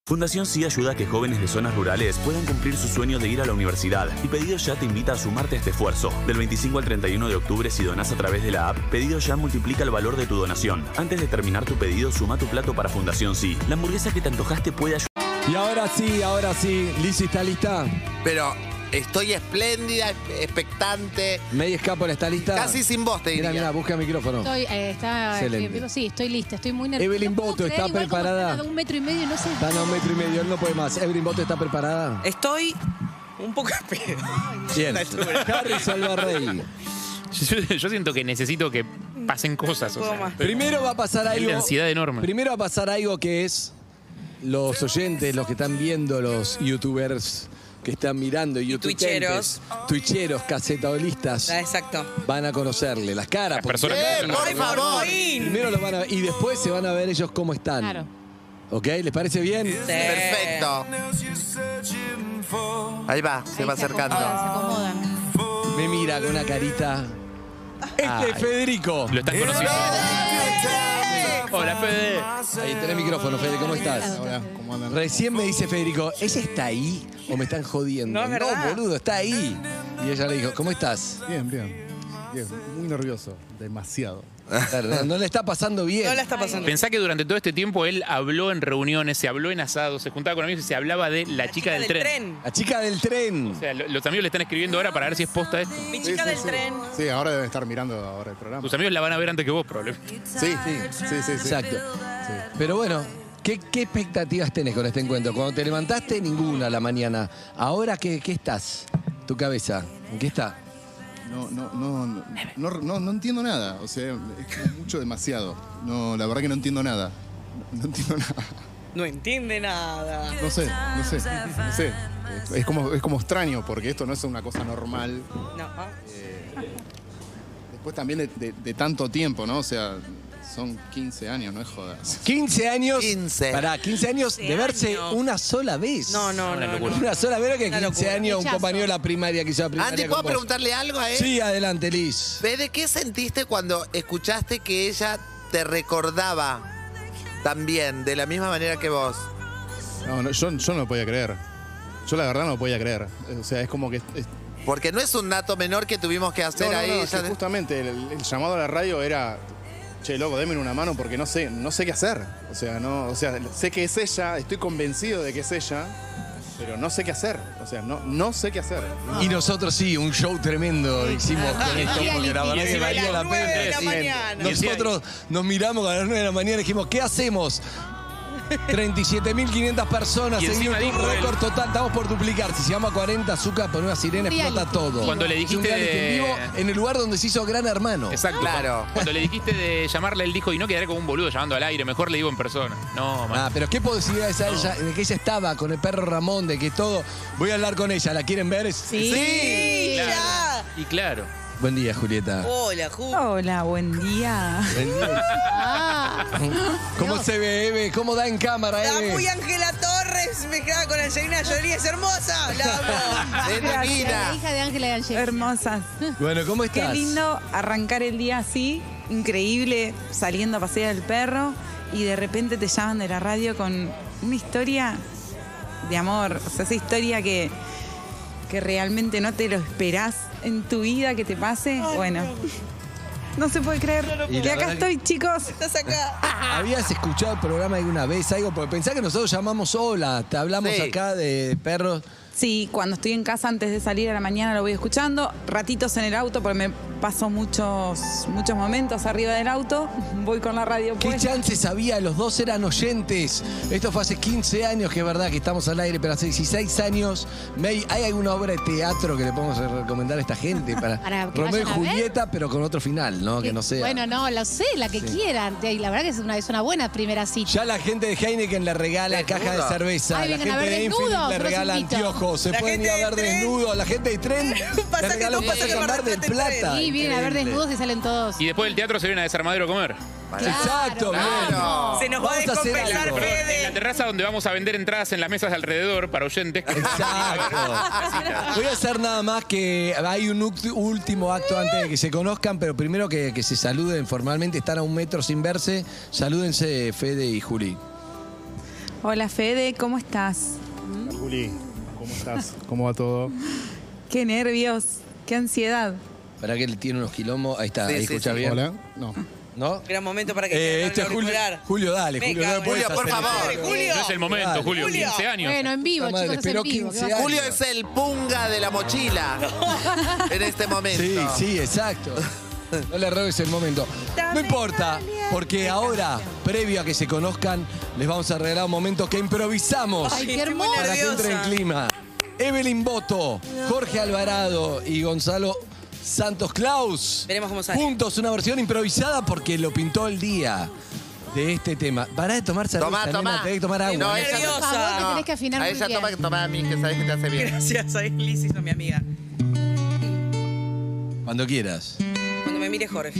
Fundación Sí ayuda a que jóvenes de zonas rurales puedan cumplir su sueño de ir a la universidad. Y Pedido Ya te invita a sumarte a este esfuerzo. Del 25 al 31 de octubre, si donás a través de la app, Pedido Ya multiplica el valor de tu donación. Antes de terminar tu pedido, suma tu plato para Fundación Sí. La hamburguesa que te antojaste puede ayudar. Y ahora sí, ahora sí, Lizzy está lista. Pero Estoy espléndida, expectante. Media escápula está lista. Casi sin voz, te diría. Mira, mira, busca micrófono. Estoy, eh, está, Excelente. estoy vivo, sí, estoy lista, estoy muy nerviosa. Evelyn No puedo Boto, creer, ¿está igual como preparada? están a un metro y medio, no sé. Están a un metro y medio, él no puede más. Evelyn Bote está preparada. Estoy un poco de pedo. Bien. Altura. Harris Alvarrey. Yo, yo siento que necesito que pasen cosas. o sea. Primero va a pasar Hay algo. una ansiedad enorme. Primero va a pasar algo que es los oyentes, los que están viendo, los youtubers que están mirando, youtubers, tuicheros. tuicheros, casetaolistas, Ah, Exacto. van a conocerle las caras. porque- personas que ¡Eh, por favor! Primero lo van a y después se van a ver ellos cómo están. Claro. ¿Ok? ¿Les parece bien? Perfecto. Ahí va, se va acercando. Me mira con una carita. Este Ay. es Federico. Lo están conociendo. Hola, Fede. Ahí tenés micrófono, Fede, ¿cómo estás? Hola, Recién me dice Federico, ¿ella está ahí o me están jodiendo? No, es verdad. boludo, está ahí. Y ella le dijo, ¿cómo estás? Bien, bien. Bien, muy nervioso. Demasiado. Claro, no- no le está pasando bien. No la está pasando Pensá que durante todo este tiempo él habló en reuniones, se habló en asados, se juntaba con amigos y se hablaba de la, chica, del, tren. La chica del tren. O sea, lo- los amigos le están escribiendo ahora para ver si es posta esto. Mi chica del tren. Sí, ahora deben estar mirando ahora el programa. Tus amigos la van a ver antes que vos, probablemente. Sí, sí, sí, sí. Exacto. Pero bueno, ¿qué, qué expectativas tenés con este encuentro? Cuando te levantaste, ninguna a la mañana. Ahora, ¿qué, qué estás? ¿Tu cabeza? ¿En qué está? No, no, no, no, no, no, no entiendo nada. O sea, es como mucho demasiado. No, la verdad que no entiendo nada. No, no entiendo nada. No entiende nada. No sé, no sé, no sé. Es como, es como extraño, porque esto no es una cosa normal. No. ¿ah? Después también de, de- de tanto tiempo, ¿no? O sea, son 15 años, no es jodas. 15 años. 15. Para 15 años de 15 verse años. una sola vez. No, no, Una no, locura. no. Una sola vez, que Una 15 locura. años, un Rechazo. compañero de la primaria que hizo la primaria. Andy, con ¿puedo vos. preguntarle algo a él? Sí, adelante, Liz. Fede, ¿qué sentiste cuando escuchaste que ella te recordaba también, de la misma manera que vos? No, no, yo, yo no lo podía creer. Yo la verdad no lo podía creer. O sea, es como que... es- Porque no es un dato menor que tuvimos que hacer No, no, ahí. no, es ella- que justamente el, el llamado a la radio era, che, loco, denme una mano porque no sé, no sé qué hacer. O sea, no, o sea, sé que es ella, estoy convencido de que es ella, pero no sé qué hacer. O sea, no, no sé qué hacer. Y nosotros sí, un show tremendo hicimos Ah, con esto, porque la verdad que valía la pena. Nosotros nos miramos a las 9 de la mañana y dijimos, ¿qué hacemos? 37.500 personas Y en encima YouTube, dijo él- récord total, estamos por duplicar. Si llegamos a 40, Zucca, pon una sirena, Un explota reality. todo. Cuando le Y un dijiste reality de- en vivo en el lugar donde se hizo Gran Hermano. Exacto. Cuando, cuando le dijiste de llamarla, él dijo, y no quedaré como un boludo llamando al aire, mejor le digo en persona. No, man. Ah, pero qué posibilidades hay ya de que ella estaba con el perro Ramón, de que todo. Voy a hablar con ella, ¿la quieren ver? Sí. Claro. Y claro. Buen día, Julieta. Hola, Ju. Hola, buen día. Ah. Buen día. ¿Cómo se ve, Eve? ¿Cómo da en cámara, La Eve? muy Ángela Torres mezclada con Angelina Jolie es hermosa. La amo. Gracias. hija de Ángela y Angela. Hermosas. Bueno, ¿cómo estás? Qué lindo arrancar el día así, increíble, saliendo a pasear al perro y de repente te llaman de la radio con una historia de amor, o sea, esa historia que, que realmente no te lo esperás en tu vida que te pase, bueno. No se puede creer. puedo Y, creer. acá estoy, chicos. Estás acá. ¿Habías escuchado el programa alguna vez? Algo, porque pensá que nosotros llamamos hola, te hablamos Sí. acá de perros. Sí, cuando estoy en casa antes de salir a la mañana lo voy escuchando, ratitos en el auto porque me paso muchos muchos momentos arriba del auto, voy con la radio ¿Qué puesta. chances había? Los dos eran oyentes. Esto fue hace 15 años, que es verdad que estamos al aire, pero hace 16 años. May, ¿Hay alguna obra de teatro que le podemos recomendar a esta gente? Para, Para que Romeo y vayan a ver. Julieta, pero con otro final, ¿no? Que no sea. Bueno, no, la sé, la que Sí. quieran. Y la verdad que es una, es una buena primera cita. Ya la gente de Heineken le regala caja de Desnudo. cerveza, Ay, la vengan a gente ver de Infinite desnudos, le los regala invito. anteojos, se La pueden ir a gente ver de tren. desnudos, la gente de tren le Pasaje- regala un pasaje pasaje a Mar Mar del del Plata. Sí, vienen a ver Increíble. desnudos y salen todos. Y después del teatro se vienen a desarmadero a comer. Exacto, Claro. Se nos va a Vamos a hacer descompensar, algo. Fede. En la terraza donde vamos a vender entradas en las mesas de alrededor para oyentes. Exacto. Voy a hacer nada más que hay un uct- último acto antes de que se conozcan, pero primero que, que se saluden formalmente, están a un metro sin verse. Salúdense Fede y Juli. Hola Fede, ¿cómo estás? Juli, ¿cómo estás? ¿Cómo va todo? Qué nervios, qué ansiedad. Para que él tiene unos quilombos. Ahí está, Sí, ahí sí, escuchás sí. bien. Hola. No. ¿no? Gran momento para que Eh, se este es haga el Julio, auricular. Julio, dale, Me Julio, cago no en- podés Julio, por hacer favor. eso. Julio. No es el momento, Dale. Julio, 15 años. Bueno, en vivo, Puta madre, chicos, es pero en vivo. 15 ¿qué vas a Julio hacer? es el punga de la mochila en este Sí, momento. sí, exacto. No le robes el momento. No importa, porque ahora, previo a que se conozcan, les vamos a regalar un momento que improvisamos Ay, qué hermoso. para que entre en clima. Evelyn Boto, Jorge Alvarado y Gonzalo Santos Claus. Veremos cómo sale. Juntos, una versión improvisada porque lo pintó el día de este tema. Para de tomar cerveza, Tomá, nena, tomá. tenés que tomar agua. No, ¿eh? ella Por favor, que no. tenés que afinar A muy ella bien. toma que toma a mí, que sabes que te hace bien. Gracias, ahí Liz hizo mi amiga. Cuando quieras. Cuando me mire Jorge.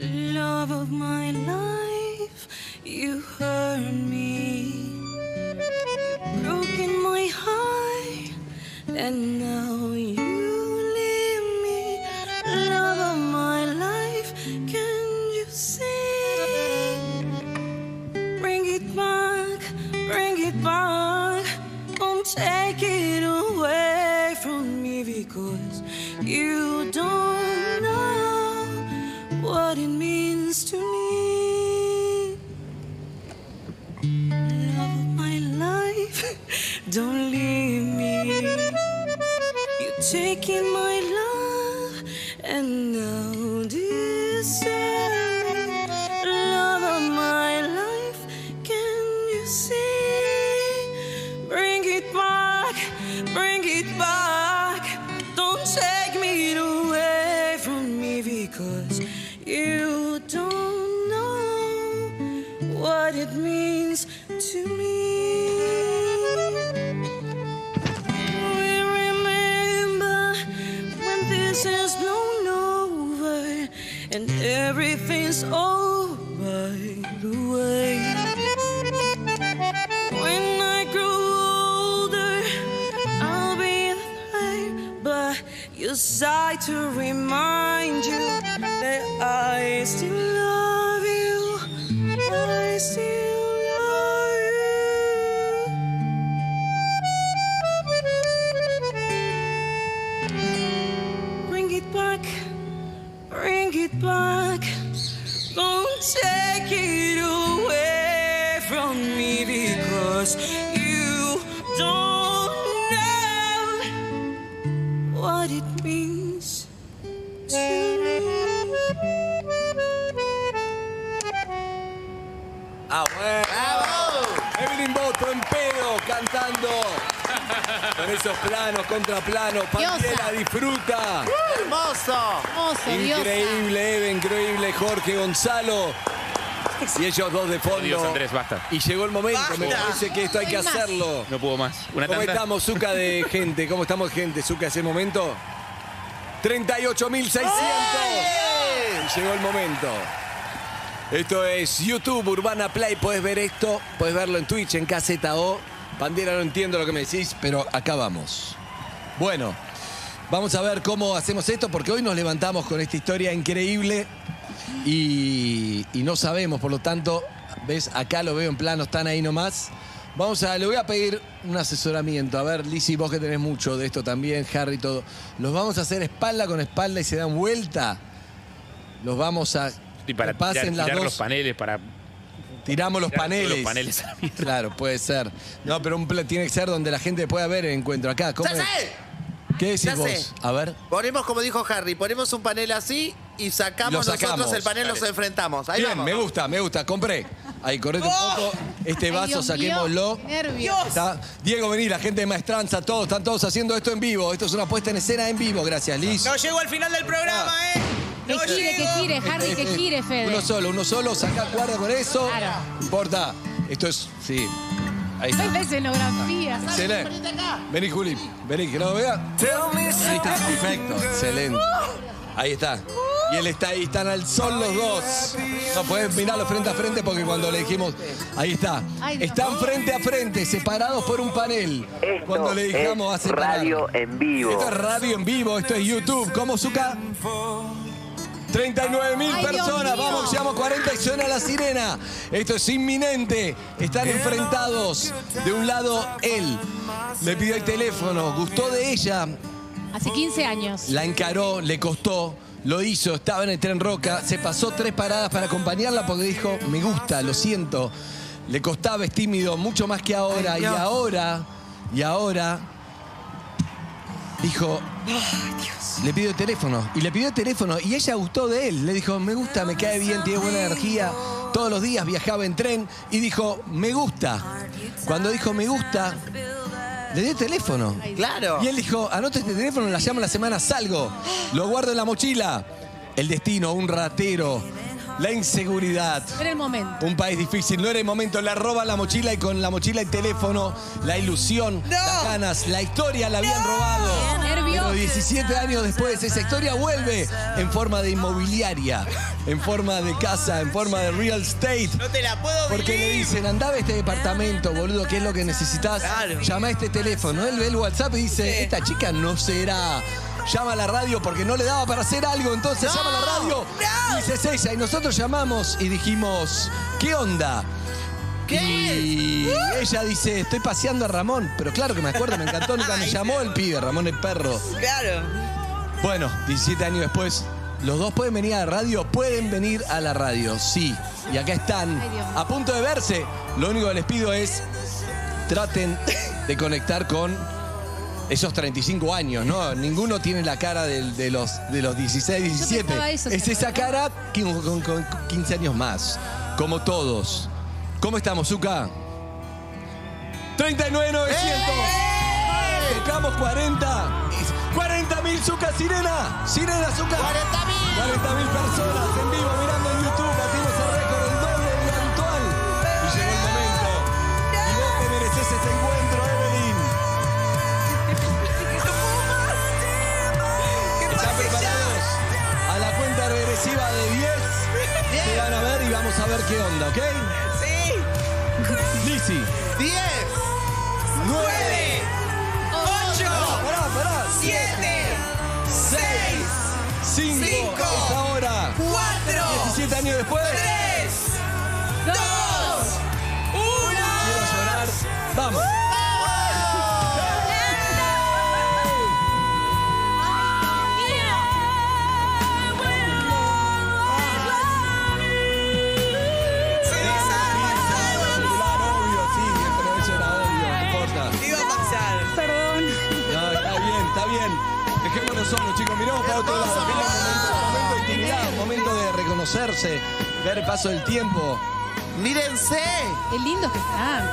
love of my life, you hurt me. Broken my heart, and now you leave me. Love of my life, can you see? Bring it back, bring it back. Don't take it away from me because you don't know what it means to me. Love of my life, don't leave me. You're taking my love and now desert me. Love of my life, can you see? Bring it back, bring it back. Don't take me away from me because you don't know what it means to me. We remember when this is blown over and everything's over the way. When I grow older, I'll be there by your side to remind you that I still love you. I still love you. Bring it back, bring it back. Don't take it away from me because you don't know what it means to me. Ah, bueno. Evelyn Boto en pedo cantando. Con esos planos, contraplanos, Pantera Diosa. disfruta. ¡Hermoso! Hermoso, diosa. ah. Increíble, Eve, increíble, Jorge Gonzalo. Y ellos dos de fondo. Dios, Andrés, basta. Y llegó el momento, me parece que esto hay que No hay más. hacerlo. No puedo más. Una ¿Cómo tanda. estamos, Zuka de gente? ¿Cómo estamos, gente? Zuka, ese momento. 38.600. Y Llegó el momento. Esto es YouTube, Urbana Play. Podés ver esto, podés verlo en Twitch, en KZO. Bandera, no entiendo lo que me decís, pero acá vamos. Bueno, vamos a ver cómo hacemos esto, porque hoy nos levantamos con esta historia increíble y, y no sabemos, por lo tanto, ves, acá lo veo en plano, están ahí nomás. Vamos a, le voy a pedir un asesoramiento. A ver, Lizzy, vos que tenés mucho de esto también, Harry, todo. Los vamos a hacer espalda con espalda y se dan vuelta. Los vamos a. Y para que tirar, tirar los paneles, para Tiramos los Tirar todos paneles. los paneles a la Claro, puede ser. No, pero un pla- tiene que ser donde la gente pueda ver el encuentro. Acá, ¿cómo ¡Ya es? sé! ¿Qué decís Ya vos? sé. A ver. Ponemos, como dijo Harry, ponemos un panel así y Lo sacamos, sacamos. nosotros el panel, Dale. los enfrentamos. Ahí Bien, vamos. me gusta, me gusta. Compré. Ahí, correte ¡Oh! un poco. Este Ay, vaso, Dios saquémoslo. mío, nervios. Está- Diego, vení, la gente de Maestranza, todos, están todos haciendo esto en vivo. Esto es una puesta en escena en vivo. Gracias, Liz. No llego al final del programa, ¿eh? Que No gire, que llego. gire, Harry, que gire, eh. Fede. Uno solo, uno solo, saca cuerda con eso. Claro. No importa. Esto es. Sí. Ahí Soy está. la escenografía. ¿sabes? Excelente. Vení, Juli. Vení, que no me vea. Ahí está, perfecto. Excelente. Ahí está. Y él está ahí, están al sol los dos. No puedes mirarlo frente a frente porque cuando le dijimos, ahí está. Ay, Dios. Están frente a frente, separados por un panel. cuando le dijimos es hace radio en vivo. Esto es radio en vivo, esto es YouTube. ¿Cómo Zuka? 39 mil Ay, Dios personas, mío. vamos, llevamos 40 y suena la sirena. Esto es inminente. Están enfrentados. De un lado, él le pidió el teléfono, gustó de ella, Hace 15 años. la encaró, le costó, lo hizo, estaba en el tren Roca, se pasó tres paradas para acompañarla porque dijo, me gusta, lo siento. Le costaba, es tímido, mucho más que ahora. Ay, y Dios. ahora, y ahora, dijo, le pidió el teléfono. Y le pidió el teléfono y ella gustó de él. Le dijo, me gusta, me cae bien, tiene buena energía. Todos los días viajaba en tren y dijo, me gusta. Cuando dijo, me gusta, le dio el teléfono. Claro. Y él dijo, anote este teléfono, la llamo la semana, salgo. Lo guardo en la mochila. El destino, un ratero. La inseguridad. Era el momento. Un país difícil, no era el momento, le roban la mochila y con la mochila el teléfono, la ilusión, las ganas, la historia la habían robado. Pero 17 años después, esa historia vuelve en forma de inmobiliaria, en forma de casa, en forma de real estate. No te la puedo Porque le dicen, andaba este departamento, boludo, ¿qué es lo que necesitas? Llama a este teléfono. Él ve el WhatsApp y dice, esta chica no será. Llama a la radio porque no le daba para hacer algo, entonces llama a la radio. Y dice, "Es ella. Y nosotros llamamos y dijimos, ¿qué onda? Y ella dice, estoy paseando a Ramón. Pero claro que me acuerdo, me encantó, nunca me llamó el pibe, Ramón el perro. Claro. Bueno, 17 años después, los dos pueden venir a la radio, pueden venir a la radio, sí. Y acá están, a punto de verse. Lo único que les pido es, traten de conectar con esos 35 años, ¿no? Ninguno tiene la cara del- de, los, de los 16, 17. pensaba eso, es ¿se esa cara que- con, con 15 años más, como todos. ¿Cómo estamos, Zuka? 39,900. ¡Eh! Tocamos 40. 40 mil Zuka Sirena. Sirena Zuka. 40 mil. personas en vivo mirando en YouTube. Batimos el récord del doble de Antoine. Y llegó el momento. Y vos te mereces este encuentro, Evelyn. ¿Están preparados? A la cuenta regresiva de 10. Te van a ver y vamos a ver qué onda, ¿ok? Sí. Lizzy. 10, 9, 8, 7, 6, 5, Cinco. es ahora. Cuatro. 17 años después. 3, 2, Quiero 1. llorar. Vamos. Iba a pasar. Perdón. No, está bien, está bien. Dejémonos solos, chicos. Miremos para otro lado. Mirá, momento, momento de intimidad, momento de reconocerse, ver el paso del tiempo. Mírense. Qué lindos que están.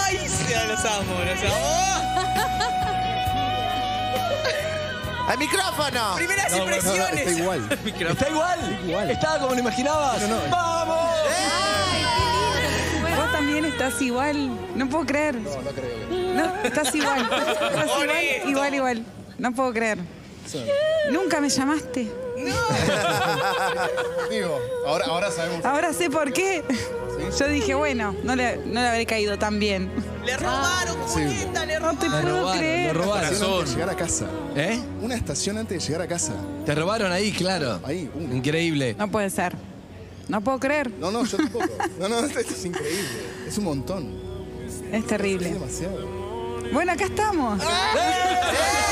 Ay, sí, los amo, los amo. ¡Al micrófono! Primeras No, bueno, impresiones. está igual. ¿Está igual? ¿Estaba como lo imaginabas? ¡Vamos! Vos también estás igual. No puedo creer. No, no creo. No, estás igual. Estás igual, igual, igual. No puedo creer. Nunca me llamaste. Digo, ahora, ahora sabemos. Ahora sé por qué. Yo dije, bueno, no le, no le habré caído tan bien. Le robaron, Julieta, le robaron. No te puedo creer. Una estación antes de llegar a casa. ¿Eh? Una estación antes de llegar a casa. Te robaron ahí, claro. Ahí, uno. Increíble. No puede ser. No puedo creer. No, no, yo tampoco. No, no, esto es increíble. Es un montón. Es terrible. Es demasiado. Bueno, acá estamos. ¡Eh!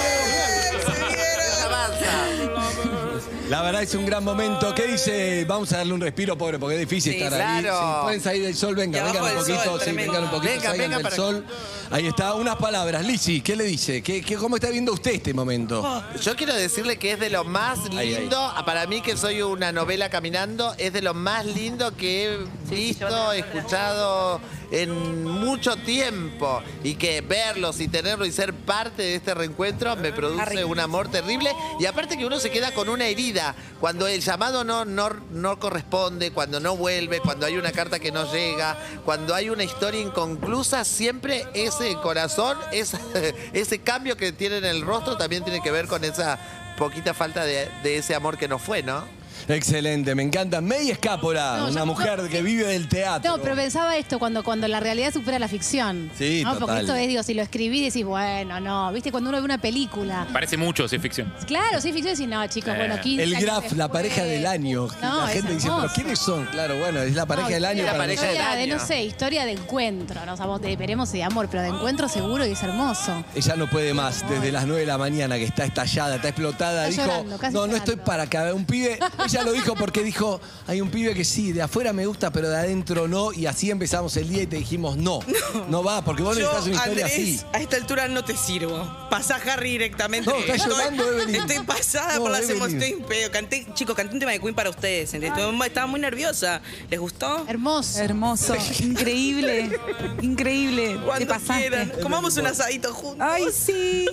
La verdad es un gran momento. ¿Qué dice? Vamos a darle un respiro, pobre, porque es difícil Sí, estar ahí. claro. Si pueden salir del sol, venga, Y vengan un abajo del poquito, sol, sí, tremendo. vengan un poquito, Venga, salgan venga del para- sol. Ahí está, unas palabras. Lizzy, ¿qué le dice? ¿Qué, qué, cómo está viendo usted este Oh. momento? Yo quiero decirle que es de lo más lindo, Ahí, ahí. ah, para mí que soy una novela caminando, es de lo más lindo que he visto, escuchado en mucho tiempo. Y que verlos y tenerlo y ser parte de este reencuentro me produce un amor terrible. Y aparte que uno se queda con una herida. Cuando el llamado no, no, no corresponde, cuando no vuelve, cuando hay una carta que no llega, cuando hay una historia inconclusa, siempre ese corazón, esa- ese cambio que tiene en el rostro también tiene que ver con esa poquita falta de, de ese amor que no fue, ¿no? Excelente, me encanta. May Escápola, No, yo una no- mujer que vive del teatro. No, pero pensaba esto, cuando, cuando la realidad supera la ficción. Sí, ¿no? Porque total. esto es, digo, si lo escribí decís, bueno, no, viste, cuando uno ve una película. Parece mucho si es ficción. Claro, sí, ficción, decís, no, chicos, Eh, bueno, 15 el años Graf, la después. pareja del año. No, la es gente dice, hermoso. ¿pero quiénes son? Claro, bueno, es la pareja No, del año. historia para de- nosotros. historia de, no sé, historia de encuentro, ¿no? O sea, vos de- veremos de amor, pero de encuentro seguro y es hermoso. Ella no puede más, desde las 9 de la mañana que está estallada, está explotada, Está dijo, llorando, casi no, no llorando. estoy para acá. Un pibe, ella lo dijo porque dijo, hay un pibe que sí, de afuera me gusta, pero de adentro no, y así empezamos el día y te dijimos, no, no, va, porque vos Yo, necesitas una historia Andrés, así. a esta altura no te sirvo. Pasá Harry directamente. No, está Estoy- llorando, Evelyn. Estoy pasada No, por las Evelyn. emociones. Estoy en pedo. Canté, chicos, canté un tema de Queen para ustedes. ¿entendés? Estaba muy nerviosa. ¿Les gustó? Hermoso. Hermoso. Increíble. Increíble. Te Cuando pasaste. quieran. Comamos un asadito juntos. Ay, sí.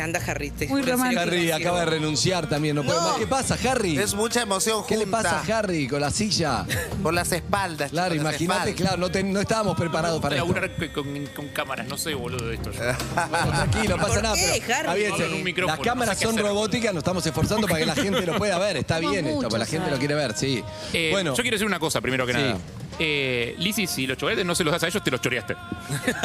Anda, Eh, Harry. Te Muy juro, en serio, Harry no acaba de sirvo. renunciar también, no puede No. más. ¿Qué pasa, Harry? Es mucha emoción junta. ¿Qué le pasa a Harry con la silla? Por las espaldas. Claro, chicos, las imagínate, espaldas. claro, no, te- no estábamos preparados para esto. Laburar c- con, con cámaras, no sé, boludo, de esto. yo. Tranquilo, pasa ¿Por nada. pero qué, Harry? está bien, Hablo en sí. un micrófono, las cámaras no sé qué son hacer. robóticas, nos estamos esforzando para que la gente lo pueda ver. Está Somos bien esto, muchos, para la gente ¿sabes? lo quiere ver, sí. Eh, bueno, Yo quiero decir una cosa, primero que Sí. nada. Eh, Lizzy, si los choreates no se los das a ellos, te los choreaste.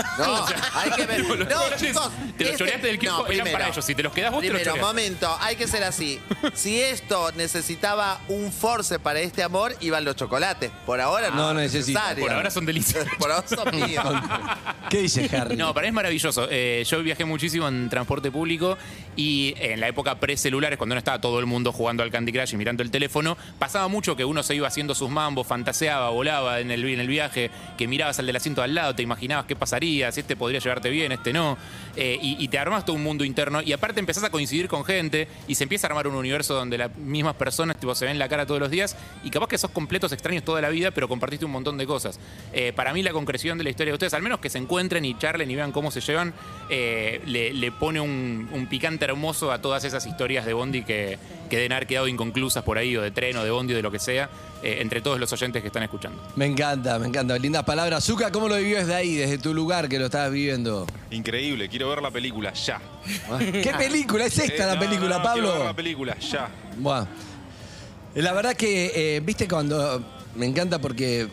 No, hay que ver. Los No, choreates, chicos. te los este- choreaste del kiosco, No, eran para ellos. Si te los quedás vos, te los Primero, choreaste. momento, hay que ser así. Si esto necesitaba un force para este amor, iban los chocolates. Por ahora no. No es necesita. necesario. Por ahora son delicios. Por ahora son míos. ¿qué dice Harry? No, para mí es maravilloso. Eh, yo viajé muchísimo en transporte público y en la época precelulares, cuando no estaba todo el mundo jugando al Candy Crush y mirando el teléfono, pasaba mucho que uno se iba haciendo sus mambos, fantaseaba, volaba en el, en el viaje, que mirabas al del asiento al lado, te imaginabas qué pasaría, si este podría llevarte bien, este no. Eh, y, y te armas todo un mundo interno y aparte empezás a coincidir con gente y se empieza a armar un universo donde las mismas personas tipo, se ven la cara todos los días y capaz que sos completos extraños toda la vida, pero compartiste un montón de cosas. Eh, para mí la concreción de la historia de ustedes, al menos que se encuentren y charlen y vean cómo se llevan, eh, le, le pone un, un picante hermoso a todas esas historias de Bondi que, que deben haber quedado inconclusas por ahí, o de tren, o de Bondi, o de lo que sea, eh, entre todos los oyentes que están escuchando. me encanta, me encanta. Lindas palabras. Zuka, ¿cómo lo vivió desde ahí, desde tu lugar que lo estabas viviendo? Increíble, quiero ver la película ya. Eh, ¿Qué película es esta, la no, película, no, no, Pablo? Quiero ver la película ya. Bueno, la verdad que, eh, viste, cuando. Me encanta porque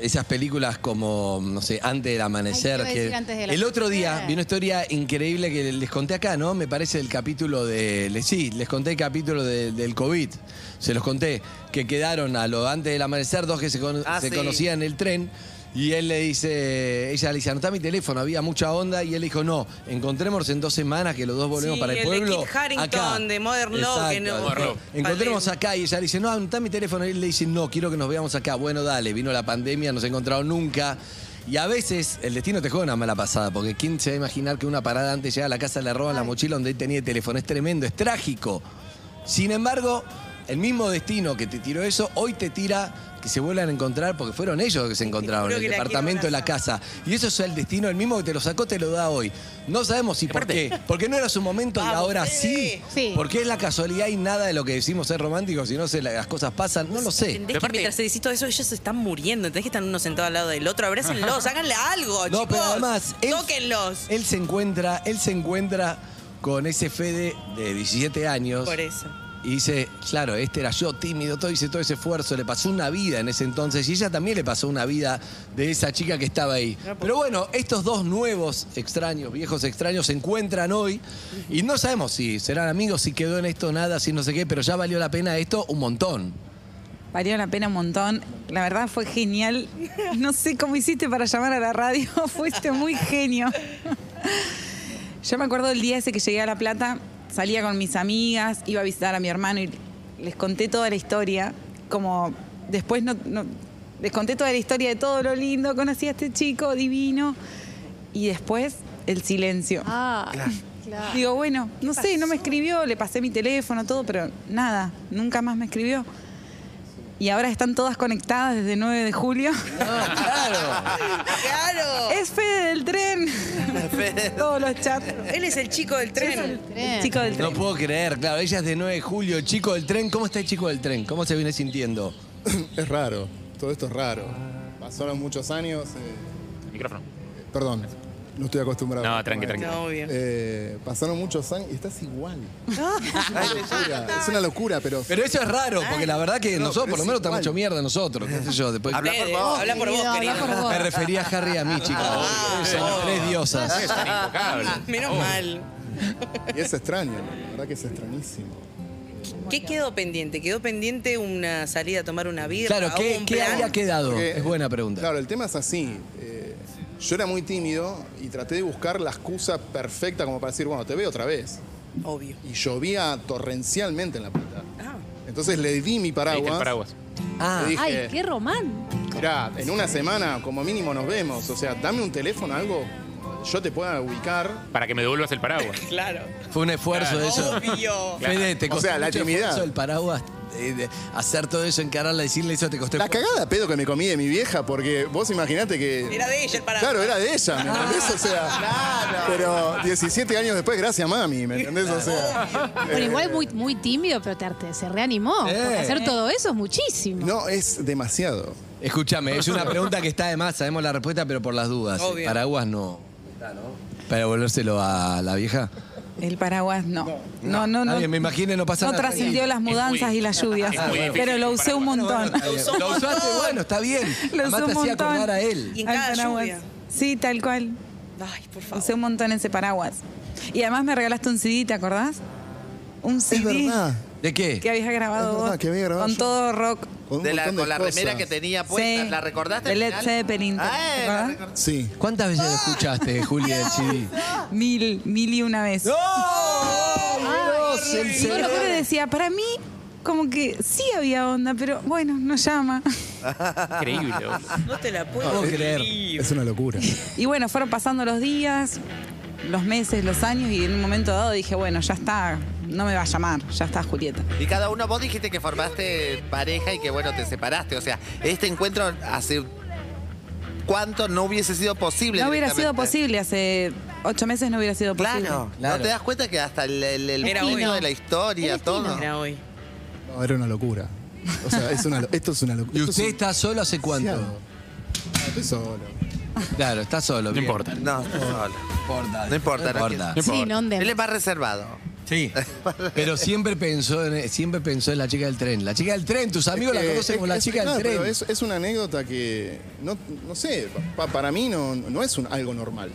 esas películas como, no sé, Antes del Amanecer. Ay, te iba a que decir Antes del el otro día Amanecer. vi una historia increíble que les conté acá, ¿no? Me parece el capítulo de. le- Sí, les conté el capítulo de- del COVID. Se los conté. Que quedaron a lo Antes del Amanecer, dos que se, con- Ah, se sí. conocían en el tren. Y él le dice, ella le dice, anotá mi teléfono, había mucha onda. Y él dijo, no, encontrémonos en dos semanas que los dos volvemos Sí, para el, el de pueblo. Kit Harington, acá. de Modern Love, que no- Exacto. Modern Love. Encontremos acá y ella le dice, no, anotá mi teléfono. Y él le dice, no, quiero que nos veamos acá. Bueno, dale, vino la pandemia, no se encontraron nunca. Y a veces el destino te juega una mala pasada, porque quién se va a imaginar que una parada antes llega a la casa, le roban la mochila donde él tenía el teléfono. Es tremendo, es trágico. Sin embargo, el mismo destino que te tiró eso, hoy te tira que se vuelvan a encontrar porque fueron ellos los que se encontraron, juro el que la departamento, quiero la casa. Y eso es el destino, el mismo que te lo sacó te lo da hoy. No sabemos si por qué, porque no era su momento y ahora sí. Porque es la casualidad y nada de lo que decimos es romántico, si no se, la- las cosas pasan, no lo sé. ¿Entendés que mientras se decís todo eso, ellos se están muriendo. ¿Entendés que están uno sentado al lado del otro? Abrácenlos, háganle algo, No, chicos. pero además, él- Tóquenlos. Él se encuentra, él se encuentra con ese Fede de 17 años. Por eso. Y dice, claro, este era yo tímido, todo hice todo ese esfuerzo, le pasó una vida en ese entonces y ella también le pasó una vida de esa chica que estaba ahí. pues. Pero bueno, estos dos nuevos extraños, viejos extraños, se encuentran hoy y no sabemos si serán amigos, si quedó en esto nada, si no sé qué, pero ya valió la pena esto un montón. Valió la pena un montón. La verdad fue genial. No sé cómo hiciste para llamar a la radio. Fuiste muy genio. Yo me acuerdo el día ese que llegué a La Plata, salía con mis amigas, iba a visitar a mi hermano y les conté toda la historia. Como después no, no- les conté toda la historia de todo lo lindo, conocí a este chico divino. Y después el silencio. Ah, claro. Digo, bueno, no sé, no me escribió, le pasé mi teléfono, todo, pero nada, nunca más me escribió. Y ahora están todas conectadas desde 9 de julio. ¡Claro! ¡Claro! Es Fede del tren. Todos los chats. Él es el chico del tren. El chico del No puedo creer, claro, ella es de 9 de julio, chico del tren. ¿Cómo está el chico del tren? ¿Cómo se viene sintiendo? Es raro, todo esto es raro. Pasaron muchos años. eh, Micrófono. perdón. No estoy acostumbrado. No, tranqui, tranqui. Bueno, No, muy bien. eh, pasaron muchos años y estás igual. Es una locura, es una locura, pero. Pero eso es raro, porque la verdad que No, nosotros, pero por lo es menos, estamos igual. hecho mierda nosotros. ¿Qué sé yo? Después... Habla por Ustedes, vos. habla por vos, querido. habla por vos. Me refería a Harry y a Ah, mí, chicos. Son las tres diosas. Ah, Oh. Menos mal. Y es extraño, la verdad que es extrañísimo. ¿Qué quedó pendiente? ¿Quedó pendiente una salida a tomar una birra? Claro, ¿qué- ¿O un qué plan? había quedado? es buena pregunta. Claro, el tema es así. eh, yo era muy tímido y traté de buscar la excusa perfecta como para decir, bueno, te veo otra vez. Obvio. Ah. Y llovía torrencialmente en la plata. Entonces le di mi Le diste paraguas. el paraguas. Ah. Le dije, Ay, qué román. Mirá, en una semana como mínimo nos vemos. O sea, dame un teléfono, algo, yo te pueda ubicar. Para que me devuelvas el paraguas. Claro. Fue un esfuerzo Claro. eso. Ah. Obvio. Fede, te O costó sea, la mucho timidez. esfuerzo el paraguas. eh, de hacer todo eso, encararla, decirle eso, te costó La cagada de pedo que me comí de mi vieja, porque vos imaginate que. Era de ella el Ah. paraguas. Claro, era de ella, ¿me entendés? O sea. Pero 17 años después, gracias mami, ¿me entendés? O sea. Bueno, eh, igual muy, muy tímido, pero te, te- se reanimó. Eh. Porque hacer todo eso es muchísimo. No, es demasiado. Escúchame, es una pregunta que está de más, sabemos la respuesta, pero por las dudas. Obvio. Paraguas no. Para volvérselo a la vieja. El paraguas no. No, no, no. Está bien, me imagino, no pasa No nada. trascendió las mudanzas y las lluvias. es muy difícil Pero lo usé un montón. Está bien. Lo usaste, bueno, está bien. Lo usé Además un te hacía acordar montón. a él. Al paraguas. Sí, tal cual. Ay, por Usé un montón ese paraguas. Y además me regalaste un CD, ¿te acordás? Un CD. verdad. ¿De qué? Que habías grabado Es verdad, vos. que había grabado Con yo. todo rock. Con un De la- montón de con la cosas. remera que tenía puesta. Sí. ¿La recordaste? De al Led final? Ah, Zeppelin. ¿te acordás? Sí. Ah. ¿Cuántas veces lo escuchaste, Juli, del CD? Mil, mil y una vez. ¡No! Dios, el Yo lo juro que decía, para mí, como que sí había onda, pero bueno, no llama. Increíble. No te la No puedo puedo creer. Es una locura. Y bueno, fueron pasando los días, los meses, los años, y en un momento dado dije, bueno, ya está, no me va a llamar, ya está Julieta. Y cada uno, vos dijiste que formaste pareja y que bueno, te separaste. O sea, este encuentro hace cuánto no hubiese sido posible. No hubiera sido directamente? posible, hace ocho meses no hubiera sido posible. Claro, Claro. no te das cuenta que hasta el, el, el Era punto hoy. de la historia, todo. Era hoy. No, era una locura. O sea, es una, lo- esto es una locura. ¿Y usted está solo hace cuánto? Estoy solo. Claro, está solo. No importa. No, no, importa. no importa. No importa. Sí, Él es más reservado. Sí. Pero siempre pensó, en, siempre pensó en la chica del tren. La chica del tren, tus amigos la Eh, conocen como es- la es- chica no, del pero tren. Es, es una anécdota que, no, no sé, pa- para mí no, no es un, algo normal.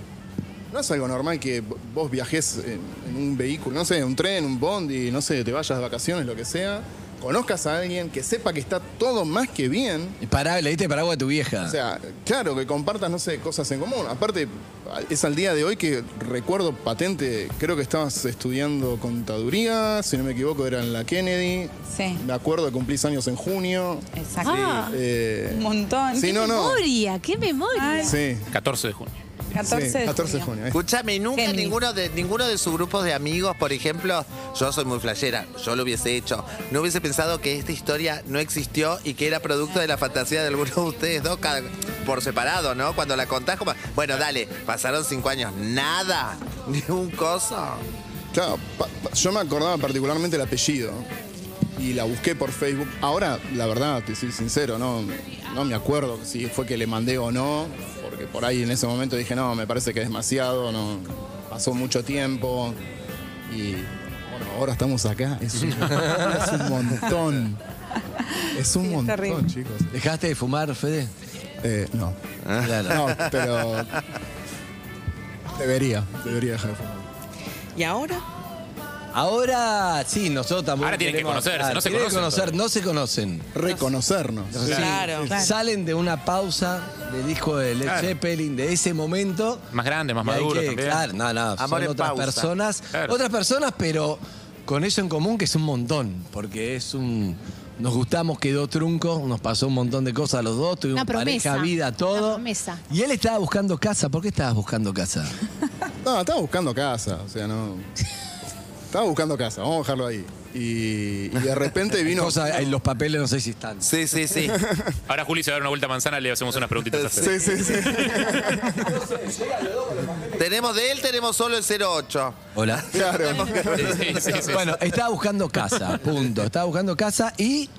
No es algo normal que v- vos viajes en, en un vehículo, no sé, un tren, un bondi, no sé, te vayas de vacaciones, lo que sea, conozcas a alguien que sepa que está todo más que bien. Y pará, le diste paraguas a tu vieja. O sea, claro, que compartas, no sé, cosas en común. Aparte, al- es al día de hoy que recuerdo patente, creo que estabas estudiando contaduría, si no me equivoco, era en la Kennedy. Sí. Me acuerdo que cumplís años en junio. Exacto. Ah. Eh, Un montón. Sí, ¡Qué no, no. memoria! ¡Qué memoria! Sí. 14 de junio. 14 de 14 de junio. ¿eh? Escúchame, nunca ninguno de ninguno de sus grupos de amigos, por ejemplo, yo soy muy flashera, yo lo hubiese hecho. No hubiese pensado que esta historia no existió y que era producto de la fantasía de alguno de ustedes dos cada- por separado, ¿no? Cuando la contás como, bueno, dale, pasaron cinco años, nada, ni un coso. Claro, pa- pa- yo me acordaba particularmente el apellido y la busqué por Facebook. Ahora, la verdad, te soy sincero, no, no me acuerdo si fue que le mandé o no, porque por ahí en ese momento dije, no, me parece que es demasiado, no, pasó mucho tiempo y bueno, ahora estamos acá. Es un, es un montón. Es un montón, chicos. ¿Dejaste de fumar, Fede? Eh, no. Claro. No, pero debería, debería dejar de fumar. ¿Y ahora? Ahora sí, nosotros tampoco. Ahora tienen que queremos- conocerse, ah, no se tienen que conocen conocer, todavía. no se conocen. Reconocernos. Sí. Salen de una pausa del disco de Led Claro. Zeppelin, de ese momento. Más grande, más Y hay maduro que- también. Claro, no, no, son Amor en otras pausa. personas. Claro. Otras personas, pero con eso en común que es un montón, porque es un. Nos gustamos, quedó trunco, nos pasó un montón de cosas a los dos, tuvimos Una promesa. pareja, vida, Una todo. promesa. Y él estaba buscando casa. ¿Por qué estabas buscando casa? No, estaba buscando casa, o sea, no. Estaba buscando casa, vamos a dejarlo ahí. Y, y de repente vino. Cosa- en los papeles no sé si están. Sí, sí, sí. Ahora Juli se va a dar una vuelta a manzana, le hacemos unas preguntitas a Fede. Sí, sí, sí. Tenemos de él, tenemos solo el 08. Hola. Claro. Sí, sí, sí. Bueno, estaba buscando casa, punto. Estaba buscando casa y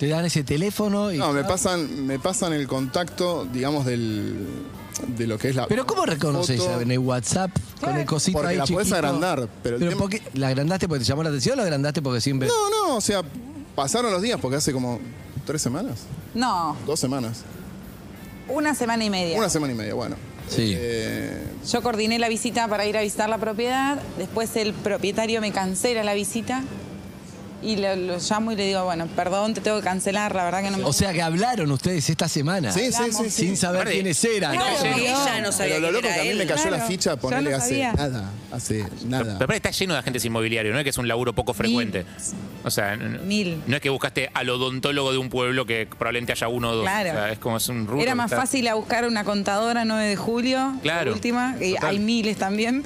te dan ese teléfono y. No, me pasan, me pasan el contacto, digamos, del, de lo que es la. Pero ¿cómo reconoces foto. en el WhatsApp con el cosito Porque ahí la podés chiquito? agrandar, pero el tema- ¿por qué? ¿La agrandaste porque te llamó la atención o la agrandaste porque siempre...? No, no, o sea, pasaron los días porque hace como tres semanas, No, dos semanas, una semana y media. una semana y media, bueno. Eh, Sí. Yo coordiné la visita para ir a visitar la propiedad, después el propietario me cancela la visita y lo, lo llamo y le digo, bueno, perdón, te tengo que cancelar, la verdad que no me... O sea que hablaron ustedes esta semana. Sí, sí, sí, sí. Sin saber Aparte, quiénes eran. claro, Entonces, ella no sabía Pero lo quién loco era que a mí él. me cayó la Claro, ficha, yo no ponerle hace sabía. nada, hace nada. Pero está lleno de agentes inmobiliarios, no es que es un laburo poco frecuente. O sea, n- Mil. no es que buscaste al odontólogo de un pueblo que probablemente haya uno o dos. Claro. O sea, es como es un rubro Era que más está- fácil a buscar una contadora 9 de julio, la Claro, última, y total. hay miles también.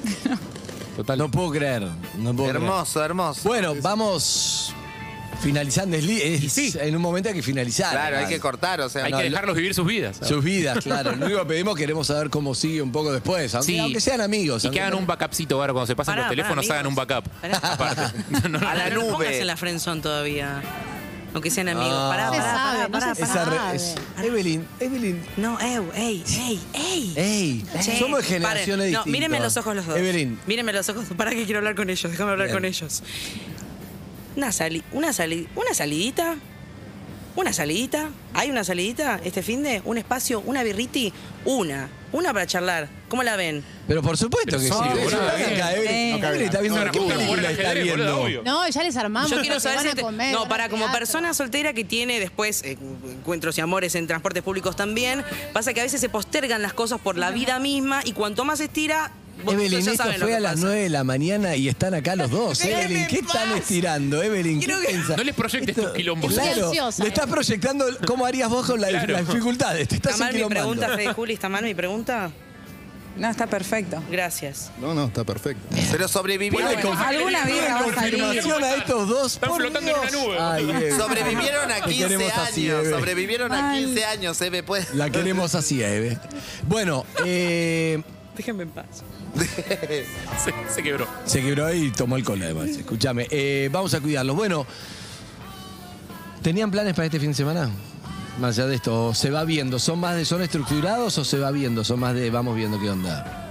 No puedo creer. No puedo Hermoso, hermoso. Bueno, vamos finalizando. Es, li- es en un momento hay que finalizar. Claro, hay además. que cortar, o sea, Hay no, que lo- dejarlos vivir sus vidas. Sus vidas, claro. Lo único que pedimos queremos saber cómo sigue un poco después. Aunque, Sí. aunque sean amigos. Y que hagan un backupcito ahora cuando se pasen Pará, los teléfonos, pará, hagan un backup. Aparte. a la nube. No nos pongas en la friendzone todavía. Aunque sean amigos. No. Pará, No se pará, sabe, pará, no pará, se pará. sabe. Ah, Esa re- Evelyn, Evelyn. É. No, ew, ey, ey, ey. Ey, Che, somos de paren. generaciones distintas. No, mírenme los ojos los dos. Evelyn. Mírenme los ojos. ¿Para que quiero hablar con ellos? Déjame hablar Bien. con ellos. Una sali, una sali, una salidita. Una salidita. ¿Hay una salidita este fin de? ¿Un espacio? ¿Una birriti? Una. Una para charlar. ¿cómo la ven? Pero por supuesto que sí. son- boludo, Sí, está sí. acá, Sí. Evelyn, No, Evelyn está viendo no, una no, no, película, no, está no, no, viendo. obvio. No, ya les armamos. Yo quiero porque saber van si a te- comer, No, van a para como teatro. persona soltera que tiene después eh, encuentros y amores en transportes públicos también, pasa que a veces se postergan las cosas por la vida misma y cuanto más se estira, vos- Evelyn, ya esto saben lo fue que a las pasa. 9 de la mañana y están acá los dos. Déjenme Evelyn, ¿qué en están paz. estirando? Evelyn, ¿qué piensas? No les proyectes tus quilombos. Claro, le estás proyectando cómo harías vos con la- eh. las Claro. dificultades. Te estás ¿Está mal mi enquilombando. pregunta, Freddy Juli? ¿Está mal mi pregunta? No, está perfecto. Gracias. No, no, está perfecto. Pero sobrevivieron. Puede conf- Alguna vida va a confirmación a estos dos. Están flotando en una nube. Sobrevivieron a 15 años. sobrevivieron a Ay. 15 años, Eve. Pues. La queremos así, a Eve. Bueno, eh, Déjenme en paz. se, se quebró. se quebró y tomó el cola además. Escúchame, eh, vamos a cuidarlos. Bueno, ¿tenían planes para este fin de semana? Más allá de esto, ¿o ¿se va viendo? ¿Son más de son estructurados o se va viendo? ¿Son más de vamos viendo qué onda?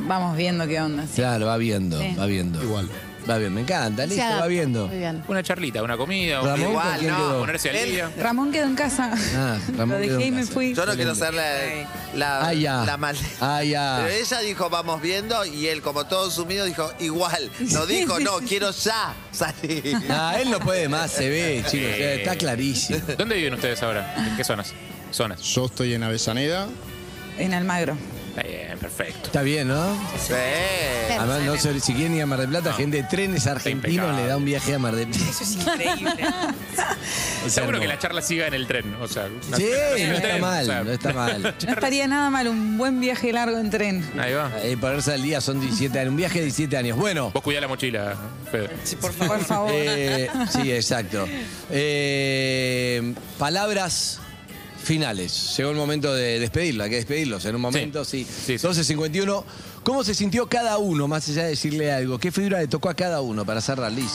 Vamos viendo qué onda. Claro, va viendo, Sí. va viendo. Igual. Va bien, me encanta, listo, va viendo. Una charlita, una comida, un- Ramón, ¿con quién quedó? ponerse al Él- día. Ramón quedó en casa. Ah, Ramón Lo quedó en dejé y me casa. fui. Yo no quiero ser la, la, Ah, ya. la mal- Ah, ya. Pero ella dijo, vamos viendo, y él, como todo sumido, dijo, igual. No dijo, no, quiero ya salir. Ah, él no puede más, se ve, chicos, Eh. ya está clarísimo. ¿Dónde viven ustedes ahora? ¿En qué zonas? Zonas. Yo estoy en Avellaneda. En Almagro. Está bien, perfecto. Está bien, ¿no? Sí. Además, no sé, si quieren ir a Mar del Plata, gente de trenes argentinos impecable. le da un viaje a Mar del Plata. Eso es increíble. Seguro que la charla siga en el tren. O sea, una- Sí, una- no un está tren, o sea, mal, no está mal. No estaría nada mal un buen viaje largo en tren. Ahí va. Eh, ponerse al día son 17 años, un viaje de 17 años. Bueno. Vos cuidá la mochila, Fede. Por favor. Eh, sí, exacto. Eh, palabras finales. Llegó el momento de despedirlo, hay que despedirlos en un momento, sí. 12.51. ¿Cómo se sintió cada uno, más allá de decirle algo? ¿Qué figura le tocó a cada uno para cerrar, Liz?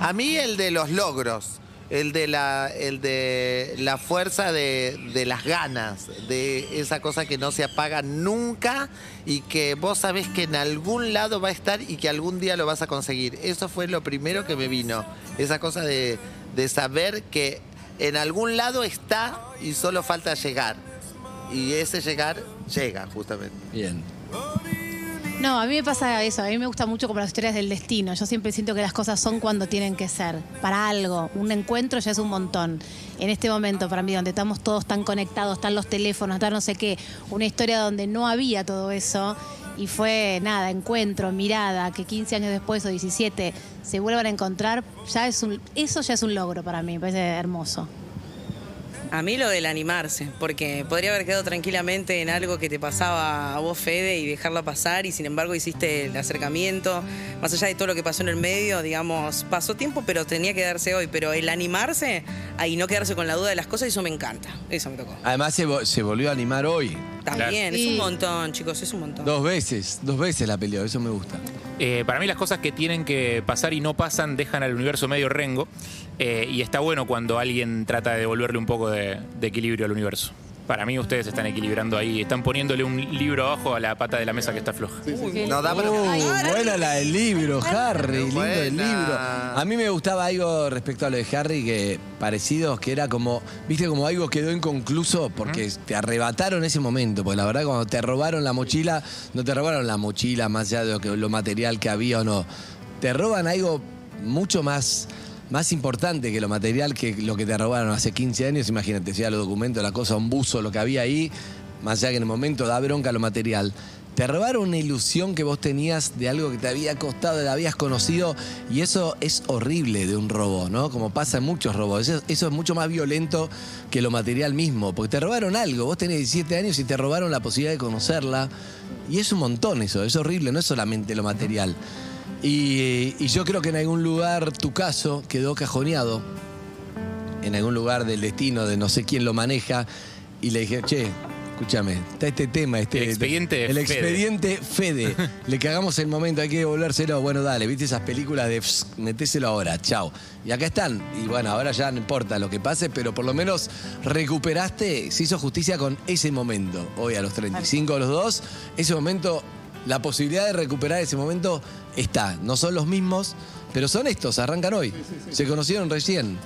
A mí el de los logros, el de la, el de la fuerza de, de las ganas, de esa cosa que no se apaga nunca y que vos sabés que en algún lado va a estar y que algún día lo vas a conseguir. Eso fue lo primero que me vino, esa cosa de, de saber que en algún lado está y solo falta llegar. Y ese llegar llega, justamente. Bien. No, a mí me pasa eso. A mí me gusta mucho como las historias del destino. Yo siempre siento que las cosas son cuando tienen que ser, para algo. Un encuentro ya es un montón. En este momento, para mí, donde estamos todos tan conectados, están los teléfonos, está no sé qué, una historia donde no había todo eso. Y fue nada, encuentro, mirada, que 15 años después o 17 se vuelvan a encontrar, ya es un, eso ya es un logro para mí, me parece hermoso. A mí lo del animarse, porque podría haber quedado tranquilamente en algo que te pasaba a vos, Fede, y dejarla pasar, y sin embargo hiciste el acercamiento, más allá de todo lo que pasó en el medio, digamos, pasó tiempo, pero tenía que darse hoy, pero el animarse ah, y no quedarse con la duda de las cosas, eso me encanta, eso me tocó. Además, se, vo- se volvió a animar hoy. También, es un Sí. montón, chicos, es un montón. Dos veces, dos veces la peleó, eso me gusta. Eh, para mí las cosas que tienen que pasar y no pasan dejan al universo medio rengo eh, y está bueno cuando alguien trata de devolverle un poco de, de equilibrio al universo. Para mí ustedes están equilibrando ahí, están poniéndole un libro abajo a la pata de la mesa que está floja. No, da bronca. Uh, buena la del libro, Harry, lindo el Buena. libro. A mí me gustaba algo respecto a lo de Harry, que parecidos, que era como, viste, como algo quedó inconcluso porque te arrebataron ese momento, porque la verdad cuando te robaron la mochila, no te robaron la mochila más allá de lo, que- lo material que había o no, te roban algo mucho más... Más importante que lo material que lo que te robaron hace 15 años, imagínate, sea los documentos, la cosa, un buzo, lo que había ahí, más allá que en el momento da bronca lo material. Te robaron una ilusión que vos tenías de algo que te había costado, la habías conocido, y eso es horrible de un robo, ¿no? Como pasa en muchos robos. Eso, eso es mucho más violento que lo material mismo, porque te robaron algo. Vos tenés 17 años y te robaron la posibilidad de conocerla, y es un montón eso, es horrible, no es solamente lo material. Y, y yo creo que en algún lugar tu caso quedó cajoneado, en algún lugar del destino de no sé quién lo maneja, y le dije, che, escúchame, está este tema, este. El expediente El Fede". expediente Fede. Le cagamos el momento, hay que devolvérselo. Bueno, dale, viste esas películas de "Pss, metéselo ahora, chao. Y acá están. Y bueno, ahora ya no importa lo que pase, pero por lo menos recuperaste, se hizo justicia con ese momento. Hoy a los 35, los dos, ese momento, la posibilidad de recuperar ese momento está. No son los mismos, pero son estos, arrancan hoy. Se conocieron recién.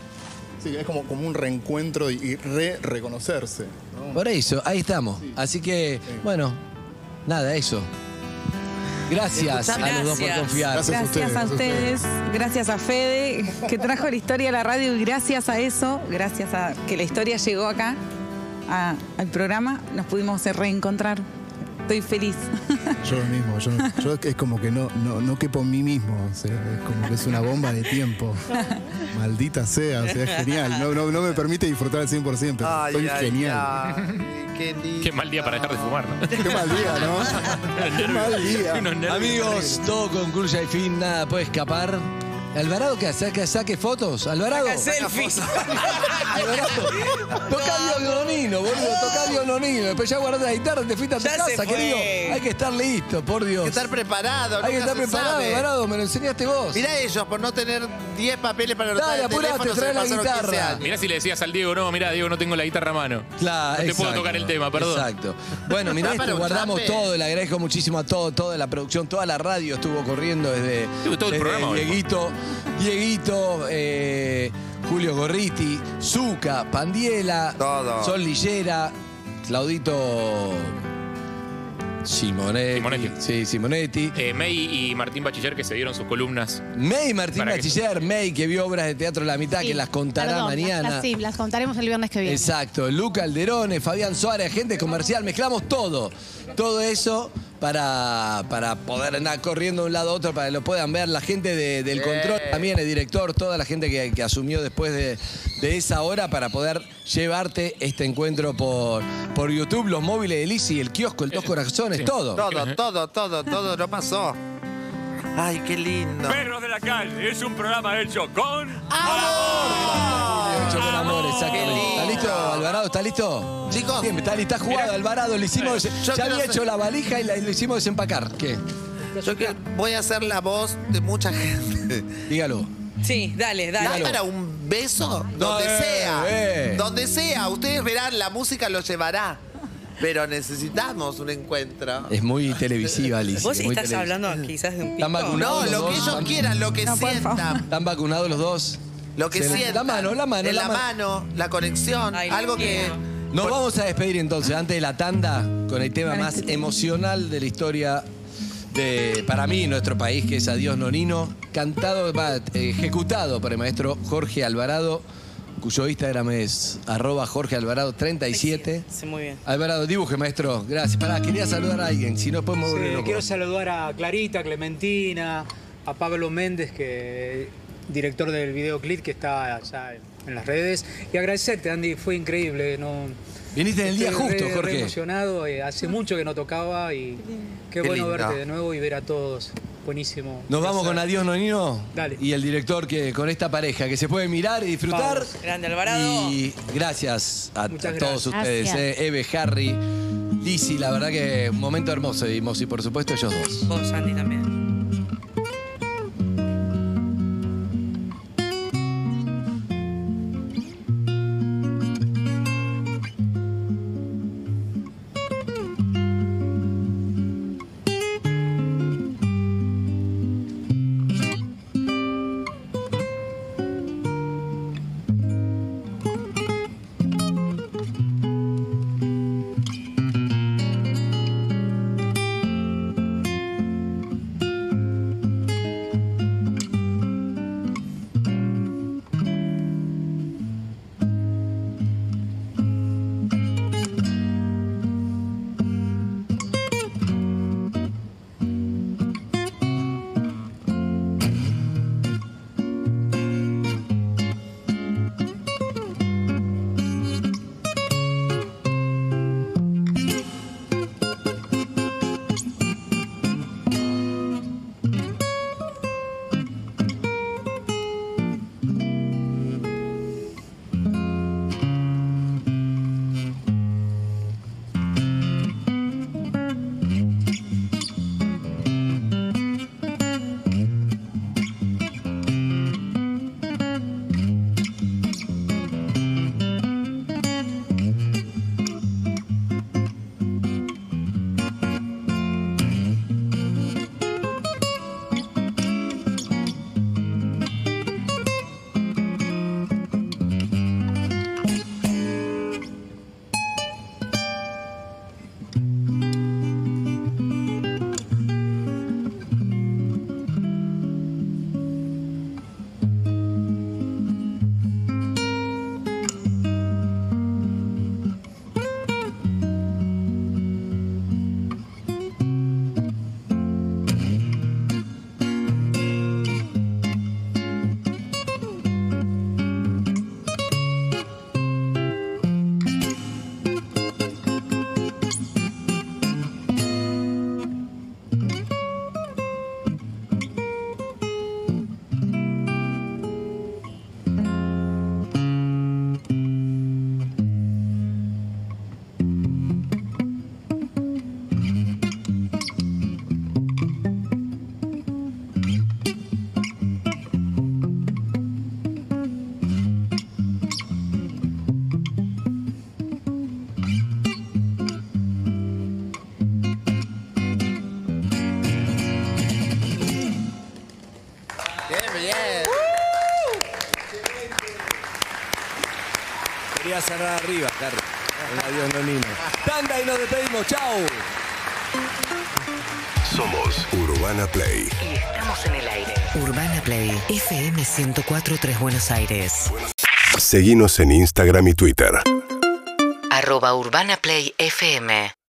Sí, es como, como un reencuentro y, y re reconocerse. ¿no? Por eso, ahí estamos. Así que, bueno, nada, eso. Gracias a los dos por confiar. Gracias, a ustedes, gracias a Fede, que trajo la historia a la radio y gracias a eso, gracias a que la historia llegó acá a- al programa, nos pudimos reencontrar. Estoy feliz. Yo lo mismo, yo, yo es como que no, no, no quepo en mí mismo, o sea, es como que es una bomba de tiempo. Maldita sea, o sea, es genial. No, no, no me permite disfrutar al 100%, pero Ay, soy ay, genial. ay, qué lindo. Qué mal día para dejar de fumar, ¿no? Qué mal día, ¿no? Mal día. Unos nervios Amigos, todo concluye al fin, nada puede escapar. Alvarado que saque, saque fotos, Alvarado. Saca selfies. Alvarado. Toca violonino, boludo, toca violonino. Después ya guardaste la guitarra, te fuiste a tu Ya se casa, fue. querido. Hay que estar listo, por Dios. Hay que estar preparado, Hay que nunca estar se preparado, sabe. Alvarado, me lo enseñaste vos. Mirá ellos, por no tener 10 papeles para anotar Dale, el apurate, teléfono, se trae la pasaron 15 guitarra. años. Mirá si le decías al Diego, no, mirá, Diego, no tengo la guitarra a mano. Claro, no te puedo exacto, tocar el tema, perdón. Exacto. Bueno, mirá Da para esto, un guardamos chape. todo. Le agradezco muchísimo a todo, toda la producción, toda la radio estuvo corriendo desde. Estuvo todo el desde programa hoy. Dieguito, Dieguito, eh, Julio Gorriti, Zuca, Pandiela, Sol Lillera, Claudito. Simonetti. Sí, Simonetti. Eh, May y Martín Bachiller que se dieron sus columnas. May Martín Para que- Bachiller, May, que vio obras de teatro La Mitad, Sí, que las contará perdón, mañana. las- sí, las contaremos el viernes que viene. Exacto, Luca Alderone, Fabián Suárez, gente comercial, mezclamos todo. Todo eso para, para poder andar corriendo de un lado a otro, para que lo puedan ver. La gente de- del control también, el director, toda la gente que, que asumió después de, de esa hora para poder llevarte este encuentro por, por YouTube, los móviles de Lisi, el kiosco, el Dos Corazones, todo. Todo, todo, todo, todo lo pasó. Ay, qué lindo. Perros de la calle es un programa hecho con Hecho con amor, exactamente. ¿Está listo, Alvarado? ¿Está listo? Chicos. Bien, está, está jugado, Alvarado. Le hicimos, Yo ya quiero había hacer- hecho la valija y la- lo hicimos desempacar. ¿Qué? Yo que- voy a ser la voz de mucha gente. Dígalo. Sí, dale, dale. ¿Da para un beso? Donde eh, sea. eh. Donde sea. Ustedes verán, la música lo llevará. Pero necesitamos un encuentro. Es muy televisiva, Liz. Vos es muy estás televisiva. hablando quizás de un ¿Están pico? vacunados No, los lo que dos? ellos quieran, lo que No, por sientan. favor. ¿Están vacunados los dos? Lo que Se- sientan. La mano, la mano. En la mano, la conexión. algo que. Nos vamos a despedir entonces, antes de la tanda, con el tema más emocional de la historia de, para mí, nuestro país, que es Adiós Nonino, cantado, va, eh, ejecutado por el maestro Jorge Alvarado, cuyo Instagram es arroba Jorge Alvarado 37. Sí, muy bien. Alvarado, dibuje, maestro. Gracias. Pará, quería saludar a alguien, si no podemos Sí, volver locos. quiero saludar a Clarita, a Clementina, a Pablo Méndez, que director del videoclip que está allá en- en las redes. Y agradecerte, Andy, fue increíble. No, Viniste en el día Estoy justo, re- Jorge. Re emocionado, eh, hace mucho que no tocaba y Qué qué, bueno lindo. verte de nuevo y ver a todos. Buenísimo. Nos vamos con Adiós Nonino Dale. y el director que con esta pareja que se puede mirar y disfrutar. Vamos. Grande, Alvarado. Y gracias a, a Muchas todos gracias. ustedes, Gracias. eh, Eve, Harry, Lizzy, la verdad que un momento hermoso vivimos y por supuesto ellos dos. Vos, Andy, también. Quería cerrar arriba, Carlos. El avión no lino. Tanda y nos despedimos. Chau. Somos Urbana Play. Y estamos en el aire. Urbana Play. FM 104.3 Buenos Aires. Seguimos en Instagram y Twitter. Arroba Urbana Play FM.